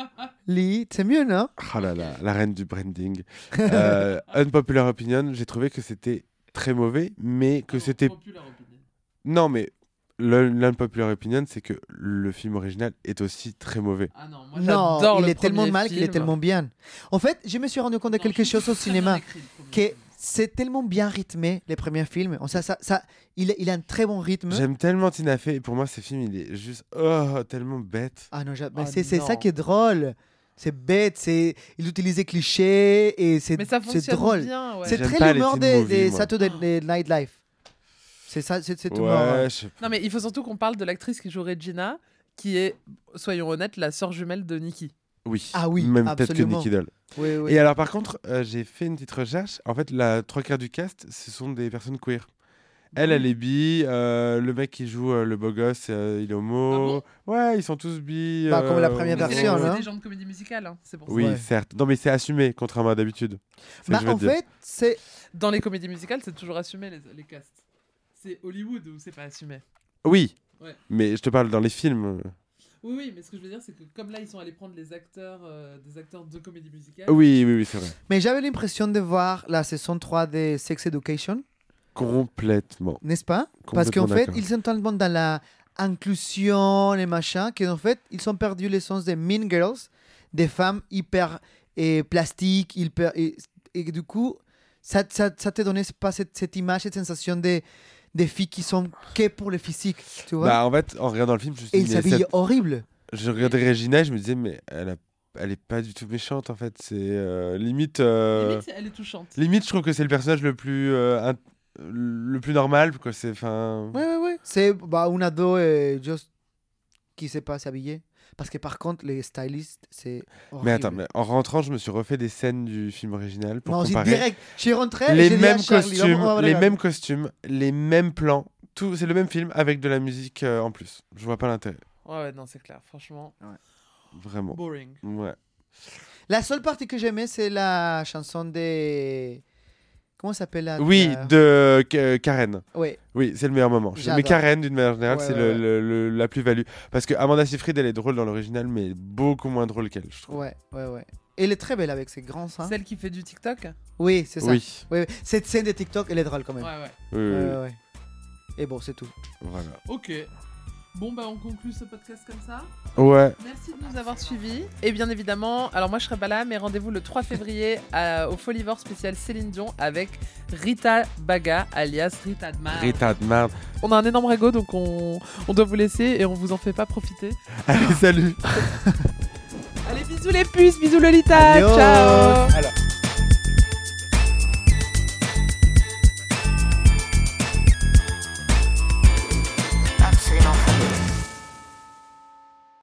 H: Lolita, c'est mieux, non
C: oh là là, la reine du branding. Euh, unpopular opinion, j'ai trouvé que c'était très mauvais, mais que c'était. Non, mais le- l'unpopular opinion, c'est que le film original est aussi très mauvais.
A: Ah non,
H: Non,
A: j'adore
H: il
A: le
H: est tellement
A: premier
H: mal qu'il est
A: film.
H: tellement bien. En fait, je me suis rendu compte de quelque chose au cinéma que c'est tellement bien rythmé les premiers films. On- Ça, ça, ça, il, il a un très bon rythme.
C: J'aime tellement Tina Fey, et pour moi, ce film, il est juste oh, tellement bête.
H: Ah non, j'a- mais
C: Ah
H: c'est c'est ça
C: non.
H: qui est drôle. C'est bête, c'est il utilise des clichés et c'est
A: Mais ça
H: c'est
A: fonctionne
H: drôle.
A: bien, ouais. Oh.
H: C'est
C: J'aime
H: très
C: pas les
H: l'humeur
C: teen
H: des,
C: movies,
H: des
C: moi.
H: Saturday Night Live. C'est ça, c'est c'est tout.
C: Ouais,
H: marrant.
C: je sais
A: Non, mais il faut surtout qu'on parle de l'actrice qui joue Regina, qui est, soyons honnêtes, la sœur jumelle de Nikki.
C: Oui.
A: Ah oui,
C: Même peut-être que
A: absolument.
C: Nicky Doll.
A: Oui, oui.
C: Et alors, par contre, euh, j'ai fait une petite recherche. En fait, la trois quarts du cast, ce sont des personnes queer. Elle, elle est bi. euh, le mec qui joue euh, le beau gosse, euh, il est homo. ouais, ils sont tous bi.
H: Bah, comme la
C: euh,
H: première
C: homo.
A: C'est
H: version,
A: c'est
H: hein.
A: des gens de comédie musicale, hein, c'est pour
C: Oui,
A: ça.
C: certes. Non, mais c'est assumé, contrairement à d'habitude. C'est ce que je veux te dire.
H: Bah, c'est.
A: Dans les comédies musicales, c'est toujours assumé les, les castes. C'est Hollywood où c'est pas assumé.
C: Oui.
A: Ouais.
C: Mais je te parle dans les films.
A: Oui, oui, mais ce que je veux dire, c'est que comme là, ils sont allés prendre les acteurs, euh, des acteurs de comédie
H: Ah
A: musicale.
C: Oui, oui, oui, c'est vrai.
H: Mais j'avais l'impression de voir la saison 3 de Sex Education
C: Complètement.
H: n'est-ce pas Parce
C: Complètement
H: qu'en fait,
C: d'accord.
H: ils sont tellement dans la inclusion et machin qu'en fait, ils ont perdu le sens des mean girls, des femmes hyper et plastiques, hyper et, et du coup, ça, ça, ça te donnait pas cette, cette image, cette sensation des des filles qui sont que pour le physique, tu vois
C: Bah, en fait, en regardant le film, je me suis
H: Et
C: dit,
H: il
C: mais
H: s'habille
C: cette-
H: horrible.
C: Je regardais Regina et je me disais, mais elle, a- elle est pas du tout méchante en fait. C'est euh, limite. euh,
A: Limite, elle est touchante.
C: Limite, je trouve que c'est le personnage le plus. euh, int- le plus normal, quoi. C'est. Enfin.
H: Ouais, ouais, ouais. C'est bah, un ado euh, just qui sait pas s'habiller. Parce que par contre, les stylistes, c'est.
C: Mais
H: horrible.
C: attends, mais en rentrant, je me suis refait des scènes du film original pour
H: Non, j'ai
C: comparer.
H: direct- je suis rentré et
C: les
H: j'ai dit à
C: mêmes
H: Eh, Charlie,
C: costumes,
H: on va- on va
C: les
H: regarder.
C: mêmes costumes, les mêmes plans. Tout, c'est le même film avec de la musique euh, en plus. Je vois pas l'intérêt,
A: Ouais, ouais, non, c'est clair, franchement.
C: vraiment.
A: Boring.
C: Ouais.
H: La seule partie que j'aimais, c'est la chanson des. Comment ça s'appelle la.
C: Oui,
H: la-
C: de euh, Karen.
H: Ouais.
C: Oui, c'est le meilleur moment. Je- Mais
H: J'adore.
C: Karen, d'une manière générale,
H: Ouais,
C: c'est
H: ouais,
C: le-
H: ouais.
C: le- le- la plus-value. Parce que Amanda Seyfried, elle est drôle dans l'original, mais beaucoup moins drôle qu'elle, je trouve.
H: Ouais, ouais, ouais. Et elle est très belle avec ses grands seins.
A: Celle qui fait du TikTok
H: Oui, c'est ça.
C: Oui.
H: Ouais, ouais. Cette scène de TikTok, elle est drôle quand même.
A: Ouais, ouais.
C: Oui, oui, oui.
H: ouais. Et bon, c'est tout.
C: Voilà.
A: Ok. Bon, bah, on conclut ce podcast comme ça.
C: Ouais.
A: Merci de nous avoir suivis. Et bien évidemment, alors moi, je serai pas là, mais rendez-vous le 3 février à- au Folivore spécial Céline Dion avec Rita Baga, alias Rita de Mar.
C: Rita de merde.
A: On a un énorme ragot, donc on, on doit vous laisser et on vous en fait pas profiter.
C: Allez, salut
A: Allez, bisous les puces, bisous Lolita.
C: Adios.
A: Ciao.
C: Alors.